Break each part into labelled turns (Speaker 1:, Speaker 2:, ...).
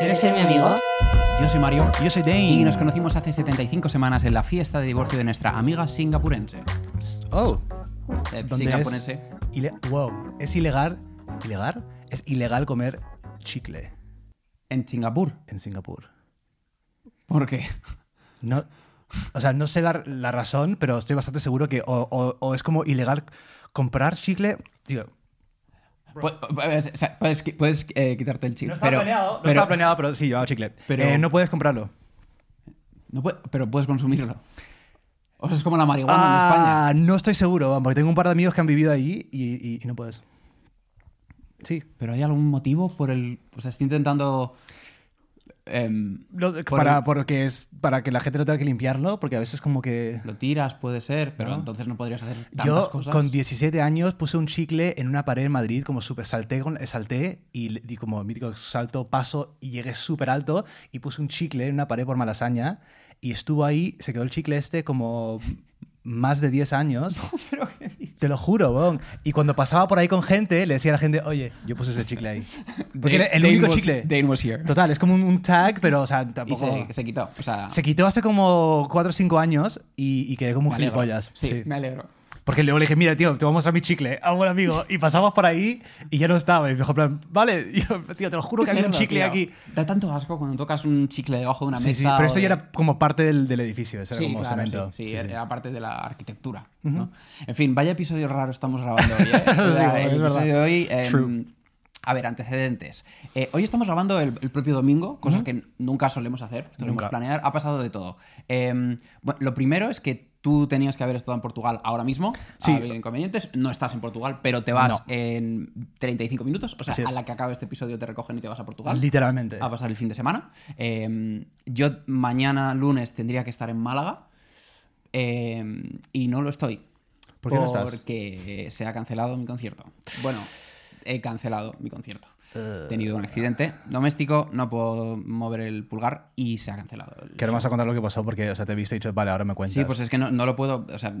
Speaker 1: ¿Quieres ser mi amigo?
Speaker 2: Yo soy Mario.
Speaker 3: Yo soy Dane.
Speaker 2: Y nos conocimos hace 75 semanas en la fiesta de divorcio de nuestra amiga singapurense.
Speaker 3: Oh.
Speaker 2: Eh,
Speaker 3: ¿Dónde
Speaker 2: singapurense.
Speaker 3: es? ile- Wow. Es ilegal. ¿Ilegal? Es ilegal comer chicle
Speaker 2: En Singapur.
Speaker 3: en Singapur.
Speaker 2: ¿Por qué?
Speaker 3: No. O sea, no sé la, la razón, pero estoy bastante seguro que o, o- o es como ilegal comprar chicle. Tío,
Speaker 2: Pu- pu- Puedes, o sea, puedes qui- puedes, eh, quitarte el chip.
Speaker 3: no estaba
Speaker 2: pero,
Speaker 3: planeado. No
Speaker 2: pero-
Speaker 3: estaba planeado, pero sí, llevaba chicle.
Speaker 2: pero-
Speaker 3: Eh, no puedes comprarlo.
Speaker 2: no pue- pero puedes consumirlo. O sea, es como la marihuana en España.
Speaker 3: Ah, No estoy seguro, porque tengo un par de amigos que han vivido allí y, y- y no puedes. Sí.
Speaker 2: Pero hay algún motivo por el. O sea, estoy intentando. em,
Speaker 3: Lo-
Speaker 2: Por
Speaker 3: para,
Speaker 2: el-
Speaker 3: porque es, para que la gente no tenga que limpiarlo, porque a veces como que...
Speaker 2: lo tiras, puede ser, pero
Speaker 3: No.
Speaker 2: entonces no podrías hacer tantas
Speaker 3: Yo
Speaker 2: cosas.
Speaker 3: con 17 años puse un chicle en una pared en Madrid, como súper salté, con- eh, salté y, le- di como mítico salto, paso y llegué súper alto y puse un chicle en una pared por malasaña y estuvo ahí, se quedó el chicle este como más de 10 años. Te lo juro, bon. Y cuando pasaba por ahí con gente, le decía a la gente, oye, yo puse ese chicle ahí. Porque
Speaker 2: Dane-
Speaker 3: era el
Speaker 2: Dane
Speaker 3: único
Speaker 2: was-
Speaker 3: chicle.
Speaker 2: Dane was here.
Speaker 3: Total, es como un, un tag, pero o sea,
Speaker 2: Y
Speaker 3: tampoco...
Speaker 2: se, se quitó. O sea,
Speaker 3: Se quitó hace como 4 o 5 años y, y quedé
Speaker 2: me
Speaker 3: como un
Speaker 2: alegro.
Speaker 3: gilipollas.
Speaker 2: Sí,
Speaker 3: Sí.
Speaker 2: me alegro.
Speaker 3: Porque luego le dije, mira, tío, te voy a mostrar mi chicle. A un buen amigo. Y pasamos por ahí y ya no estaba. Y me dijo, en plan, vale, Y yo, tío, te lo juro que había un
Speaker 2: Mierda,
Speaker 3: chicle
Speaker 2: tío.
Speaker 3: aquí.
Speaker 2: Da tanto asco cuando tocas un chicle debajo de una
Speaker 3: Sí,
Speaker 2: mesa.
Speaker 3: sí, pero
Speaker 2: o
Speaker 3: esto
Speaker 2: de-
Speaker 3: ya era como parte del, del edificio. Eso
Speaker 2: Sí,
Speaker 3: era como
Speaker 2: claro,
Speaker 3: cemento.
Speaker 2: sí, sí,
Speaker 3: Sí, sí.
Speaker 2: era parte de la arquitectura. ¿no? En fin, vaya episodio raro estamos grabando hoy. ¿eh? O sea,
Speaker 3: bueno,
Speaker 2: el
Speaker 3: es verdad.
Speaker 2: episodio de hoy. em,
Speaker 3: True.
Speaker 2: a ver, antecedentes. Eh, hoy estamos grabando el, el propio domingo, cosa que nunca solemos hacer, solemos
Speaker 3: Nunca.
Speaker 2: planear. Ha pasado de todo. Em, bueno, lo primero es que tú tenías que haber estado en Portugal ahora mismo.
Speaker 3: Sí.
Speaker 2: Ha habido inconvenientes. No estás en Portugal, pero te vas
Speaker 3: No.
Speaker 2: en 35 minutos. O sea,
Speaker 3: Así es.
Speaker 2: a la que acabe este episodio te recogen y te vas a Portugal
Speaker 3: Literalmente.
Speaker 2: a pasar el fin de semana. Eh, yo mañana lunes tendría que estar en Málaga eh, y no lo estoy.
Speaker 3: ¿Por qué no estás?
Speaker 2: Porque se ha cancelado mi concierto. Bueno, he cancelado mi concierto. He tenido
Speaker 3: Eh.
Speaker 2: un accidente doméstico, no puedo mover el pulgar y se ha cancelado. el
Speaker 3: Que no me vas a contar lo que pasó porque, o sea, te he visto y he dicho, vale, ahora me cuentas.
Speaker 2: Sí, pues es que no, no lo puedo, o sea,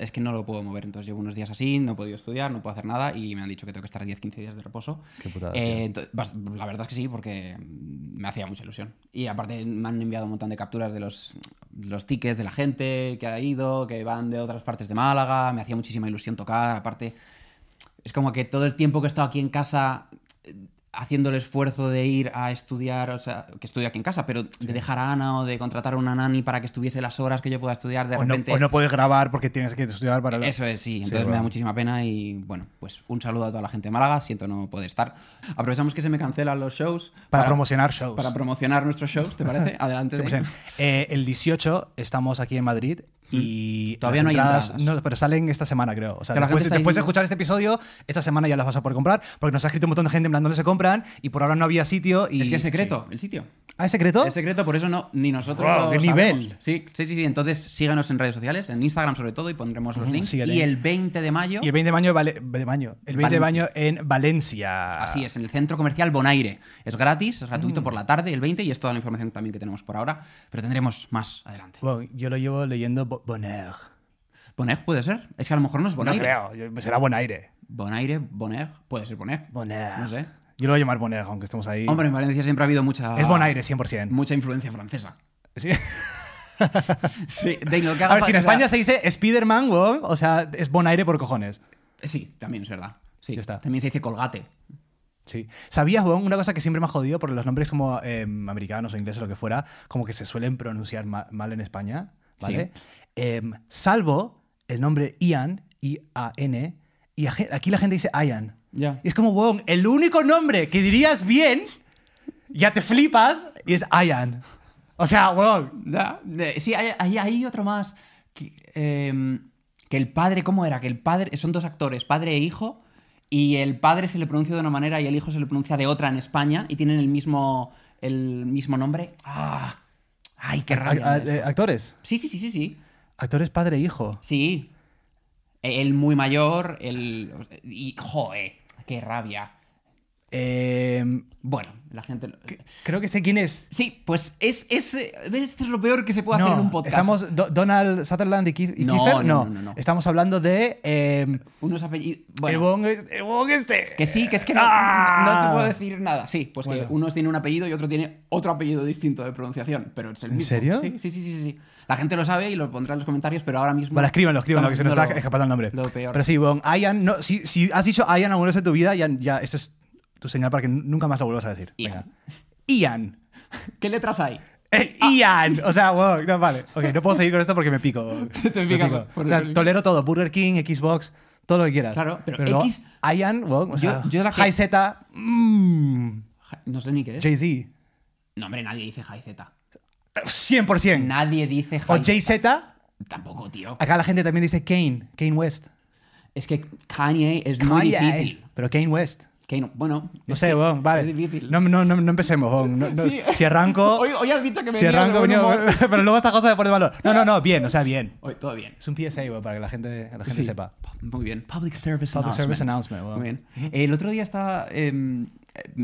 Speaker 2: es que no lo puedo mover. Entonces llevo unos días así, no he podido estudiar, no puedo hacer nada y me han dicho que tengo que estar 10-15 días de reposo.
Speaker 3: Qué putada,
Speaker 2: Eh, ento- bas- la verdad es que sí, porque me hacía mucha ilusión. Y aparte me han enviado un montón de capturas de los, los tickets de la gente que ha ido, que van de otras partes de Málaga, me hacía muchísima ilusión tocar, aparte es como que todo el tiempo que he estado aquí en casa eh, haciendo el esfuerzo de ir a estudiar, o sea, que estudio aquí en casa, pero de dejar a Ana o de contratar a una nani para que estuviese las horas que yo pueda estudiar, de
Speaker 3: o, no,
Speaker 2: repente...
Speaker 3: o no puedes grabar porque tienes que estudiar para... lo-
Speaker 2: Eso es, sí. Entonces me da
Speaker 3: bueno.
Speaker 2: muchísima pena y bueno, pues un saludo a toda la gente de Málaga. Siento no poder estar. Aprovechamos que se me cancelan los shows.
Speaker 3: Para promocionar shows.
Speaker 2: Para promocionar nuestros shows, ¿te parece? Adelante.
Speaker 3: Sí, pues,
Speaker 2: Dave.
Speaker 3: eh, eh, el 18 estamos aquí en Madrid y
Speaker 2: Mm. Todavía
Speaker 3: las
Speaker 2: no hay
Speaker 3: entradas-
Speaker 2: entradas.
Speaker 3: no, pero salen esta semana creo o sea
Speaker 2: Que la
Speaker 3: después,
Speaker 2: gente está
Speaker 3: después
Speaker 2: diciendo-
Speaker 3: de escuchar este episodio esta semana ya las vas a poder comprar porque nos ha escrito un montón de gente en plan dónde se compran y por ahora no había sitio y
Speaker 2: Es que es secreto el sitio.
Speaker 3: sí. ah es secreto
Speaker 2: Es secreto, por eso no, ni nosotros.
Speaker 3: Wow,
Speaker 2: lo
Speaker 3: qué
Speaker 2: sabemos.
Speaker 3: nivel.
Speaker 2: Sí, sí, sí, sí. Entonces síganos en redes sociales, en Instagram sobre todo, y pondremos los links.
Speaker 3: síguele.
Speaker 2: Y el 20 de mayo,
Speaker 3: y el 20 de mayo, en Vale- de mayo. el 20 de
Speaker 2: Valencia.
Speaker 3: mayo en Valencia
Speaker 2: así es, en el centro comercial Bonaire. Es gratis, es gratuito
Speaker 3: Mm.
Speaker 2: por la tarde, el 20, y es toda la información también que tenemos por ahora. Pero tendremos más adelante.
Speaker 3: Bueno, yo lo llevo leyendo Bo- Bonaire
Speaker 2: Bonaire puede ser. Es que a lo mejor no es
Speaker 3: no
Speaker 2: Bonaire.
Speaker 3: creo yo- será Bonaire
Speaker 2: Bonaire, Bonaire, puede ser Bonaire.
Speaker 3: Bonaire
Speaker 2: No sé.
Speaker 3: yo lo voy a llamar Bonaire aunque estemos ahí
Speaker 2: Hombre, en Valencia siempre ha habido mucha.
Speaker 3: es Bonaire 100%
Speaker 2: Mucha influencia francesa.
Speaker 3: Sí.
Speaker 2: Sí, Dale, lo que haga
Speaker 3: a ver si en
Speaker 2: falta, o sea-
Speaker 3: España se dice Spiderman weón, o sea es Bonaire por cojones
Speaker 2: Sí, también es verdad. Sí,
Speaker 3: Ya está.
Speaker 2: También se dice colgate.
Speaker 3: Sí. ¿Sabías, Bon, una cosa que siempre me ha jodido por los nombres como eh, americanos o ingleses o lo que fuera, como que se suelen pronunciar ma- mal en España, ¿vale? Em, salvo el nombre Ian, I-A-N, y a- aquí la gente dice Ian.
Speaker 2: Ya.
Speaker 3: Y es como, Bon, el único nombre que dirías bien, ya te flipas, y es Ian. O sea, Bon,
Speaker 2: Da, de- sí, hay, hay- hay otro más. Que, em, que el padre, ¿cómo era? Que el padre, son dos actores, padre e hijo, Y el padre se le pronuncia de una manera y el hijo se le pronuncia de otra en España y tienen el mismo, el mismo nombre. ¡Ah! ¡Ay, qué rabia!
Speaker 3: A-
Speaker 2: me
Speaker 3: a-
Speaker 2: da esto.
Speaker 3: eh, actores.
Speaker 2: Sí, sí, sí, sí, sí.
Speaker 3: Actores padre e hijo.
Speaker 2: Sí. El muy mayor, el. Y, joe, qué rabia.
Speaker 3: Em,
Speaker 2: Bueno, la gente. lo-
Speaker 3: creo que sé quién es.
Speaker 2: Sí, pues es, es. ¿Ves? Esto es lo peor que se puede hacer en un podcast.
Speaker 3: Estamos Do- Donald Sutherland y, Keith, y
Speaker 2: No,
Speaker 3: Kiefer.
Speaker 2: no, no, no, no.
Speaker 3: Estamos hablando de. em,
Speaker 2: Unos apellidos.
Speaker 3: el
Speaker 2: Bueno,
Speaker 3: bon es- el bon este.
Speaker 2: que sí, que es que no,
Speaker 3: ¡Ah!
Speaker 2: no te puedo decir nada. Sí, pues
Speaker 3: Bueno.
Speaker 2: que unos tienen un apellido y otro tiene otro apellido distinto de pronunciación, pero es el
Speaker 3: ¿En
Speaker 2: mismo.
Speaker 3: serio?
Speaker 2: Sí, sí, sí, sí. sí. La gente lo sabe y lo pondrá en los comentarios, pero ahora mismo.
Speaker 3: Vale, escríbanlo, escríbanlo, que se nos
Speaker 2: estamos
Speaker 3: está
Speaker 2: haciendo lo-
Speaker 3: escapando el nombre.
Speaker 2: Lo peor.
Speaker 3: Pero sí, bon, Ian, no, si, si has dicho Ian alguna vez en tu vida, ya, ya esta es tu señal para que n- nunca más lo vuelvas a decir. Venga.
Speaker 2: Ian.
Speaker 3: Ian.
Speaker 2: ¿Qué letras hay?
Speaker 3: El Eh,
Speaker 2: Ah.
Speaker 3: Ian. O sea, wow, no, vale. Ok, no puedo seguir con esto porque me pico. bon. Me
Speaker 2: picas
Speaker 3: pico.
Speaker 2: por
Speaker 3: O sea,
Speaker 2: el-
Speaker 3: tolero todo. Burger King, Xbox, todo lo que quieras.
Speaker 2: Claro, pero
Speaker 3: luego,
Speaker 2: X-
Speaker 3: Ian, bon, o
Speaker 2: Yo-
Speaker 3: sea,
Speaker 2: yo la que-
Speaker 3: High Z, mmm,
Speaker 2: Ja- No sé ni qué es.
Speaker 3: Jay-Z.
Speaker 2: No, hombre, nadie dice Jaizeta.
Speaker 3: 100%.
Speaker 2: Nadie dice
Speaker 3: o
Speaker 2: Jai-
Speaker 3: Jay-Z.
Speaker 2: Tampoco, tío.
Speaker 3: Acá la gente también dice Kane, Kane West.
Speaker 2: Es que Kanye es muy
Speaker 3: Kanye.
Speaker 2: difícil.
Speaker 3: Pero Kane West.
Speaker 2: Kanye, bueno,
Speaker 3: No
Speaker 2: es
Speaker 3: sé,
Speaker 2: que
Speaker 3: bon, vale.
Speaker 2: Es difícil.
Speaker 3: No, no, no, no empecemos, bon. No, no,
Speaker 2: Sí.
Speaker 3: Si arranco.
Speaker 2: hoy, hoy has dicho que me
Speaker 3: si arranco,
Speaker 2: de buen
Speaker 3: venía-
Speaker 2: humor.
Speaker 3: pero luego esta cosa me pone de valor. No, no, no, bien, o sea, bien.
Speaker 2: Hoy todo bien.
Speaker 3: Es un PSA, bon, para que la gente, la gente
Speaker 2: Sí.
Speaker 3: sepa.
Speaker 2: Muy bien. Public Service
Speaker 3: Public
Speaker 2: Announcement.
Speaker 3: service announcement, wow.
Speaker 2: Muy bien. El otro día estaba. eh, me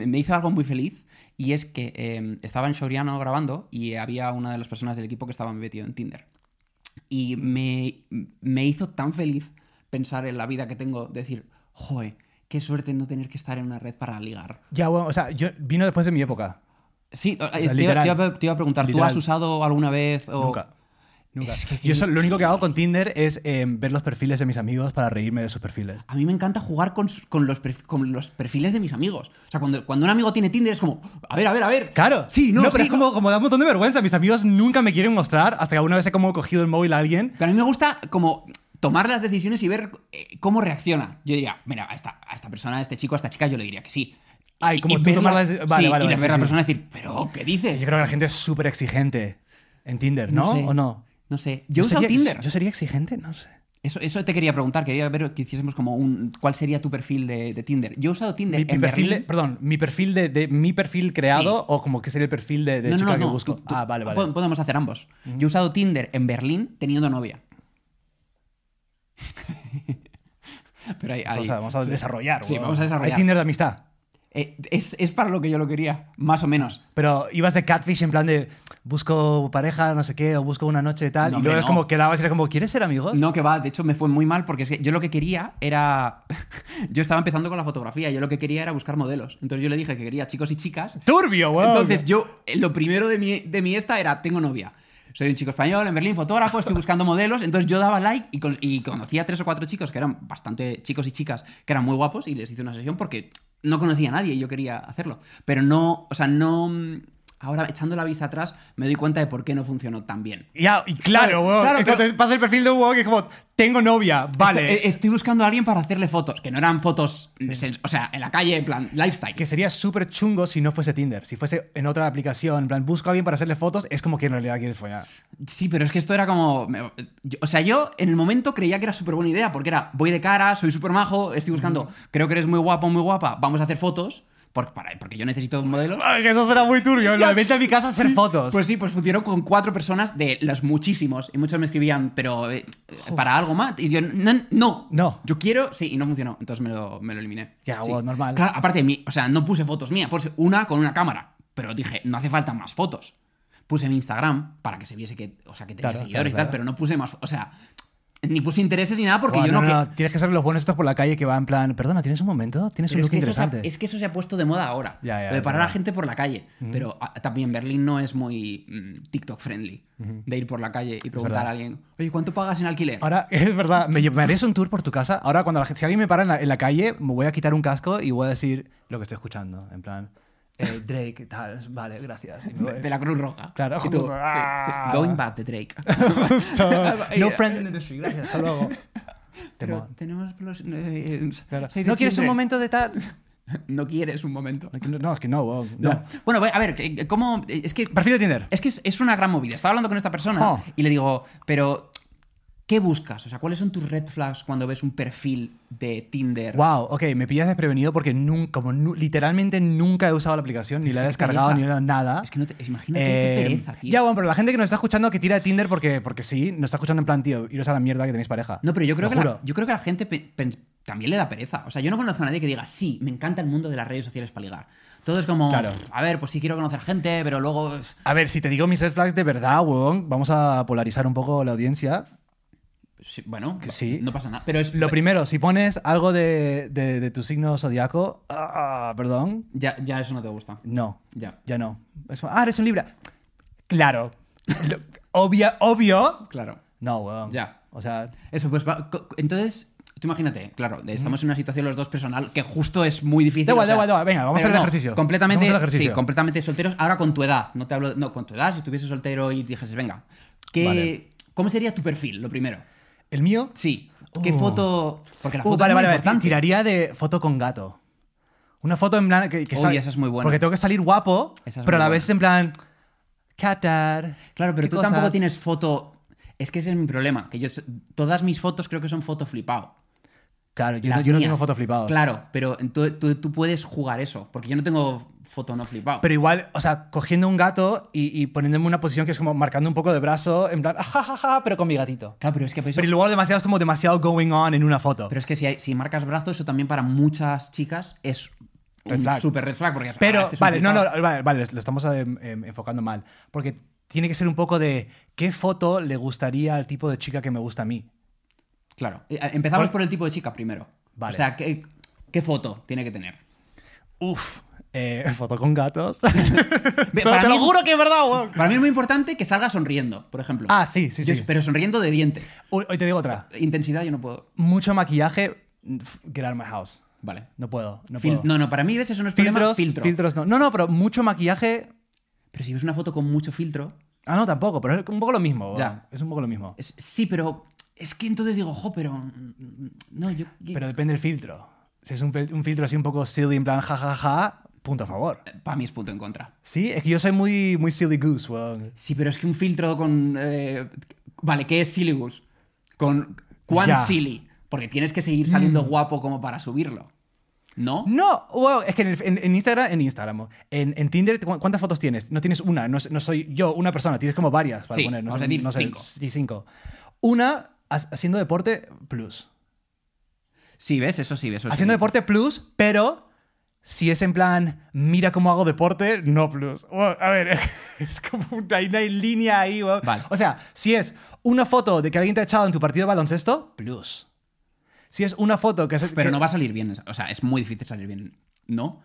Speaker 2: me hizo algo muy feliz. Y es que eh, estaba en Soriano grabando y había una de las personas del equipo que estaba metido en Tinder. Y me, me hizo tan feliz pensar en la vida que tengo, decir, joe, qué suerte no tener que estar en una red para ligar.
Speaker 3: Ya, bueno, o sea, yo vino después de mi época.
Speaker 2: Sí, eh, te,
Speaker 3: literal.
Speaker 2: iba, te iba- te iba a preguntar,
Speaker 3: Literal.
Speaker 2: ¿tú has usado alguna vez? O...
Speaker 3: Nunca. Nunca.
Speaker 2: Es que-
Speaker 3: Yo eso- lo único que hago con Tinder es eh, ver los perfiles de mis amigos para reírme de sus perfiles.
Speaker 2: A mí me encanta jugar con, s- con los, perf- con los perfiles de mis amigos. O sea, cuando, cuando un amigo tiene Tinder es como, a ver, a ver, a ver.
Speaker 3: Claro.
Speaker 2: Sí, no,
Speaker 3: pero
Speaker 2: sí,
Speaker 3: es como, como da un montón de vergüenza. Mis amigos nunca me quieren mostrar hasta que alguna vez he como cogido el móvil a alguien.
Speaker 2: Pero a mí me gusta como tomar las decisiones y ver eh, cómo reacciona. Yo diría, mira, a esta, a esta persona, a este chico, a esta chica, yo le diría que sí.
Speaker 3: Ah, y como tú
Speaker 2: ver
Speaker 3: tomar
Speaker 2: la-
Speaker 3: las- vale,
Speaker 2: sí,
Speaker 3: vale,
Speaker 2: y
Speaker 3: vale,
Speaker 2: ver
Speaker 3: sí,
Speaker 2: a la
Speaker 3: sí.
Speaker 2: persona y decir, pero, ¿qué dices?
Speaker 3: Yo creo que la gente es súper exigente en Tinder, ¿no?
Speaker 2: sé,
Speaker 3: ¿O no?
Speaker 2: No sé. Yo he usado
Speaker 3: sería,
Speaker 2: Tinder.
Speaker 3: ¿Yo sería exigente? No sé.
Speaker 2: Eso, eso te quería preguntar. Quería ver que hiciésemos como un... ¿Cuál sería tu perfil de, de Tinder? Yo he usado Tinder
Speaker 3: Mi, mi
Speaker 2: en
Speaker 3: perfil, de-
Speaker 2: Berlín.
Speaker 3: perdón, mi perfil de, de mi perfil creado o como que sería el perfil de, de
Speaker 2: No, no,
Speaker 3: chica
Speaker 2: no,
Speaker 3: que
Speaker 2: no,
Speaker 3: busco.
Speaker 2: tú- tú-
Speaker 3: ah, vale, vale.
Speaker 2: pod- Podemos hacer ambos. Yo he usado Tinder en Berlín teniendo novia. Pero ahí,
Speaker 3: vamos, a, vamos a desarrollar.
Speaker 2: Sí,
Speaker 3: weón.
Speaker 2: vamos a desarrollar.
Speaker 3: Hay Tinder de amistad.
Speaker 2: Eh, es, es para lo que yo lo quería, más o menos.
Speaker 3: Pero ibas de catfish en plan de busco pareja, no sé qué, o busco una noche tal.
Speaker 2: No,
Speaker 3: y
Speaker 2: hombre,
Speaker 3: luego es
Speaker 2: no.
Speaker 3: como quedabas y era como, ¿quieres ser amigos?
Speaker 2: No, que va, de hecho me fue muy mal porque es que yo lo que quería era. yo estaba empezando con la fotografía, yo lo que quería era buscar modelos. Entonces yo le dije que quería chicos y chicas.
Speaker 3: Turbio, weón.
Speaker 2: Entonces yo, eh, lo primero de mi, de mi esta era: tengo novia. Soy un chico español, en Berlín, fotógrafo, estoy buscando modelos. Entonces yo daba like y, con- y conocía a tres o cuatro chicos que eran bastante chicos y chicas que eran muy guapos y les hice una sesión porque no conocía a nadie y yo quería hacerlo. Pero no, o sea, no. Ahora echando la vista atrás me doy cuenta de por qué no funcionó tan bien.
Speaker 3: Ya, y claro,
Speaker 2: Claro,
Speaker 3: weón.
Speaker 2: claro,
Speaker 3: Entonces pasa el perfil de un weón que es como, tengo novia, vale.
Speaker 2: Esto- eh, Estoy, buscando a alguien para hacerle fotos, que no eran fotos, sen- o sea, en la calle, en plan, lifestyle.
Speaker 3: Que sería súper chungo si no fuese Tinder, si fuese en otra aplicación, en plan, busco a alguien para hacerle fotos, es como que en realidad quieres follar.
Speaker 2: Sí, pero es que esto era como... me- yo- o sea, yo en el momento creía que era súper buena idea, porque era, voy de cara, soy súper majo, estoy buscando, creo que eres muy guapo, muy guapa, vamos a hacer fotos, por- para- porque yo necesito modelos.
Speaker 3: Ay, que eso fuera muy turbio, lo de vente a mi casa a hacer fotos.
Speaker 2: Pues sí, pues funcionó con cuatro personas de los muchísimos. Y muchos me escribían, pero eh, para algo más. Y yo, no, no.
Speaker 3: No.
Speaker 2: Yo quiero, sí, y no funcionó. Entonces me lo, me lo eliminé.
Speaker 3: Ya,
Speaker 2: Sí.
Speaker 3: wow, normal.
Speaker 2: Claro, aparte, mi- o sea, no puse fotos mías, puse una con una cámara. Pero dije, no hace falta más fotos. Puse mi Instagram para que se viese que, o sea, que tenía
Speaker 3: Claro,
Speaker 2: seguidores
Speaker 3: claro,
Speaker 2: y
Speaker 3: claro.
Speaker 2: tal, pero no puse más, o sea, ni puse intereses ni nada porque
Speaker 3: Buah,
Speaker 2: yo
Speaker 3: no,
Speaker 2: no,
Speaker 3: no,
Speaker 2: que-
Speaker 3: no, tienes que ser los buenos estos por la calle que va en plan, perdona, ¿tienes un momento? ¿Tienes un
Speaker 2: Pero es
Speaker 3: look
Speaker 2: que, eso se ha,
Speaker 3: interesante?
Speaker 2: es que eso se ha puesto de moda ahora.
Speaker 3: Ya, ya,
Speaker 2: lo de
Speaker 3: es
Speaker 2: parar a
Speaker 3: verdad.
Speaker 2: gente por la calle. Pero ah, también Berlín no es muy mm, TikTok friendly. De ir por la calle y preguntar a alguien, oye, ¿cuánto pagas en alquiler?
Speaker 3: Ahora, es verdad, me llevarías un tour por tu casa. Ahora, cuando la gente, si alguien me para en la, en la calle, me voy a quitar un casco y voy a decir lo que estoy escuchando, en plan, eh, Drake, tal, vale, gracias. y me voy.
Speaker 2: de la Cruz Roja.
Speaker 3: eh, Claro,
Speaker 2: Y tú,
Speaker 3: justo.
Speaker 2: sí,
Speaker 3: Ah.
Speaker 2: sí. Going Bad de Drake.
Speaker 3: Justo. No
Speaker 2: Ay,
Speaker 3: friends in the industry, gracias, hasta luego.
Speaker 2: Pero
Speaker 3: Temón.
Speaker 2: tenemos los, eh,
Speaker 3: Claro.
Speaker 2: seis de
Speaker 3: ¿No quieres un
Speaker 2: diciembre.
Speaker 3: momento de tal?
Speaker 2: No quieres un momento.
Speaker 3: No, es que no, wow, no.
Speaker 2: No. Bueno, a ver, que- ¿cómo? eh, Es que
Speaker 3: Perfil de Tinder. Ah.
Speaker 2: Es que es, es una gran movida. Estaba hablando con esta persona
Speaker 3: Oh.
Speaker 2: y le digo, pero ¿Qué buscas? O sea, ¿cuáles son tus red flags cuando ves un perfil de Tinder?
Speaker 3: Wow, ok, me pillas desprevenido porque nunca, como nu- literalmente nunca he usado la aplicación, ni la he
Speaker 2: Qué
Speaker 3: descargado,
Speaker 2: pereza.
Speaker 3: ni nada.
Speaker 2: Es que no te, imagínate qué
Speaker 3: Ah, Eh,
Speaker 2: pereza, tío.
Speaker 3: Ya, bueno, pero la gente que nos está escuchando que tira de Tinder porque, porque sí, nos está escuchando en plan, tío, iros a la mierda que tenéis pareja.
Speaker 2: No, pero yo creo,
Speaker 3: Lo
Speaker 2: que la,
Speaker 3: juro.
Speaker 2: yo creo que la gente pe- pens- también le da pereza. O sea, yo no conozco a nadie que diga, sí, me encanta el mundo de las redes sociales para ligar. Todo es como,
Speaker 3: Claro.
Speaker 2: a ver, pues sí quiero conocer gente, pero luego... uf,
Speaker 3: A ver, si te digo mis red flags de verdad, huevón, vamos a polarizar un poco la audiencia.
Speaker 2: sí, bueno,
Speaker 3: Que sí.
Speaker 2: no pasa nada. Pero es...
Speaker 3: Lo primero, si pones algo de, de- de tu signo zodiaco, ah, perdón,
Speaker 2: ya, ya eso no te gusta.
Speaker 3: no,
Speaker 2: Ya.
Speaker 3: ya no. Es- ah, eres un Libra. Claro. Lo- obvia, obvio.
Speaker 2: Claro.
Speaker 3: No, huevón.
Speaker 2: Ya.
Speaker 3: O sea,
Speaker 2: Eso, pues va- co- co- entonces, tú imagínate, claro, estamos en una situación los dos personal que justo es muy difícil.
Speaker 3: Da igual,
Speaker 2: o sea,
Speaker 3: da igual, da igual, venga, vamos a
Speaker 2: pero
Speaker 3: hacer el ejercicio.
Speaker 2: Completamente,
Speaker 3: Vamos a hacer el ejercicio.
Speaker 2: sí, completamente solteros. Ahora con tu edad, no te hablo, no, con tu edad, si estuviese soltero y dijeses, venga, ¿qué,
Speaker 3: Vale.
Speaker 2: ¿cómo sería tu perfil, lo primero?
Speaker 3: el mío.
Speaker 2: Sí, ¿qué
Speaker 3: Uh.
Speaker 2: foto? Porque la foto
Speaker 3: Uh, vale,
Speaker 2: es muy
Speaker 3: vale, vale.
Speaker 2: importante.
Speaker 3: Tiraría de foto con gato. Una foto en plan. Que, que
Speaker 2: Uy,
Speaker 3: sal-
Speaker 2: esa es muy buena.
Speaker 3: Porque tengo que salir guapo,
Speaker 2: Esa es
Speaker 3: pero a
Speaker 2: muy
Speaker 3: la vez en plan. Cat dad,
Speaker 2: Claro, pero
Speaker 3: ¿qué
Speaker 2: tú tampoco
Speaker 3: cosas?
Speaker 2: tienes foto. Es que ese es mi problema, que yo todas mis fotos creo que son foto flipado.
Speaker 3: Claro, yo, no,
Speaker 2: Las
Speaker 3: yo no tengo
Speaker 2: mías.
Speaker 3: fotos flipadas.
Speaker 2: Claro, pero tú, tú- tú puedes jugar eso, porque yo no tengo foto no flipado.
Speaker 3: Pero igual, o sea, cogiendo un gato y, y poniéndome en una posición que es como marcando un poco de brazo, en plan, "Ah, jajaja, pero con mi gatito.
Speaker 2: claro, pero es que eso-
Speaker 3: Pero luego demasiado es como demasiado going on en una foto.
Speaker 2: Pero es que si, hay- si marcas brazos, eso también para muchas chicas es
Speaker 3: Red
Speaker 2: un
Speaker 3: flag.
Speaker 2: super red flag. Porque es,
Speaker 3: Pero,
Speaker 2: "Ah, este es un
Speaker 3: vale, no, no,
Speaker 2: flipado".
Speaker 3: vale, vale, lo estamos em, em, enfocando mal. Porque tiene que ser un poco de qué foto le gustaría al tipo de chica que me gusta a mí.
Speaker 2: Claro. Eh, Empezamos
Speaker 3: Por-
Speaker 2: por, el tipo de chica primero.
Speaker 3: Vale.
Speaker 2: O sea, ¿qué, qué foto tiene que tener?
Speaker 3: Uf, eh, foto con gatos.
Speaker 2: Ve,
Speaker 3: Pero te lo
Speaker 2: mí-
Speaker 3: juro que es verdad, weón.
Speaker 2: Para mí es muy importante que salga sonriendo, por ejemplo.
Speaker 3: Ah, sí, sí,
Speaker 2: Yo-
Speaker 3: sí.
Speaker 2: Pero sonriendo de diente.
Speaker 3: Hoy hoy te digo otra.
Speaker 2: Intensidad yo no puedo.
Speaker 3: Mucho maquillaje, get out of my house.
Speaker 2: Vale.
Speaker 3: No puedo, no
Speaker 2: Fil-
Speaker 3: puedo.
Speaker 2: no, no, para mí ves eso no es problema.
Speaker 3: filtros,
Speaker 2: Filtro.
Speaker 3: filtros no. No, no, pero mucho maquillaje.
Speaker 2: Pero si ves una foto con mucho filtro,
Speaker 3: Ah, no, tampoco, pero es un poco lo mismo.
Speaker 2: Ya.
Speaker 3: weón. Es un poco lo mismo.
Speaker 2: es- sí, pero es que entonces digo, jo, pero mm, no, yo
Speaker 3: Pero depende del filtro. Si es un, fil- un filtro así un poco silly, en plan jajaja, punto a favor.
Speaker 2: para mí es punto en contra.
Speaker 3: Sí, es que yo soy muy, muy silly goose, weón.
Speaker 2: Sí, pero es que un filtro con. eh, vale, ¿qué es Silly Goose? Con. ¿Cuán
Speaker 3: Ya. Mm.
Speaker 2: silly? Porque tienes que seguir saliendo guapo como para subirlo. ¿No?
Speaker 3: No, wow, es que en, el- en- en Instagram, en Instagram, en, en Tinder, ¿cu- ¿cuántas fotos tienes? No tienes una, no, es- no soy yo una persona, tienes como varias para
Speaker 2: Sí,
Speaker 3: poner, no,
Speaker 2: vamos
Speaker 3: sé,
Speaker 2: a decir
Speaker 3: no sé,
Speaker 2: cinco.
Speaker 3: sí, cinco. Una ha- haciendo deporte plus.
Speaker 2: Sí, ves, eso sí, ves. eso
Speaker 3: haciendo
Speaker 2: sí.
Speaker 3: deporte plus, pero si es en plan, mira cómo hago deporte, no plus. Wow, a ver, es como una, hay una línea ahí. wow.
Speaker 2: Vale.
Speaker 3: O sea, si es una foto de que alguien te ha echado en tu partido de baloncesto, plus. Si es una foto que... es-
Speaker 2: Pero
Speaker 3: que-
Speaker 2: no va a salir bien. O sea, es muy difícil salir bien. ¿No?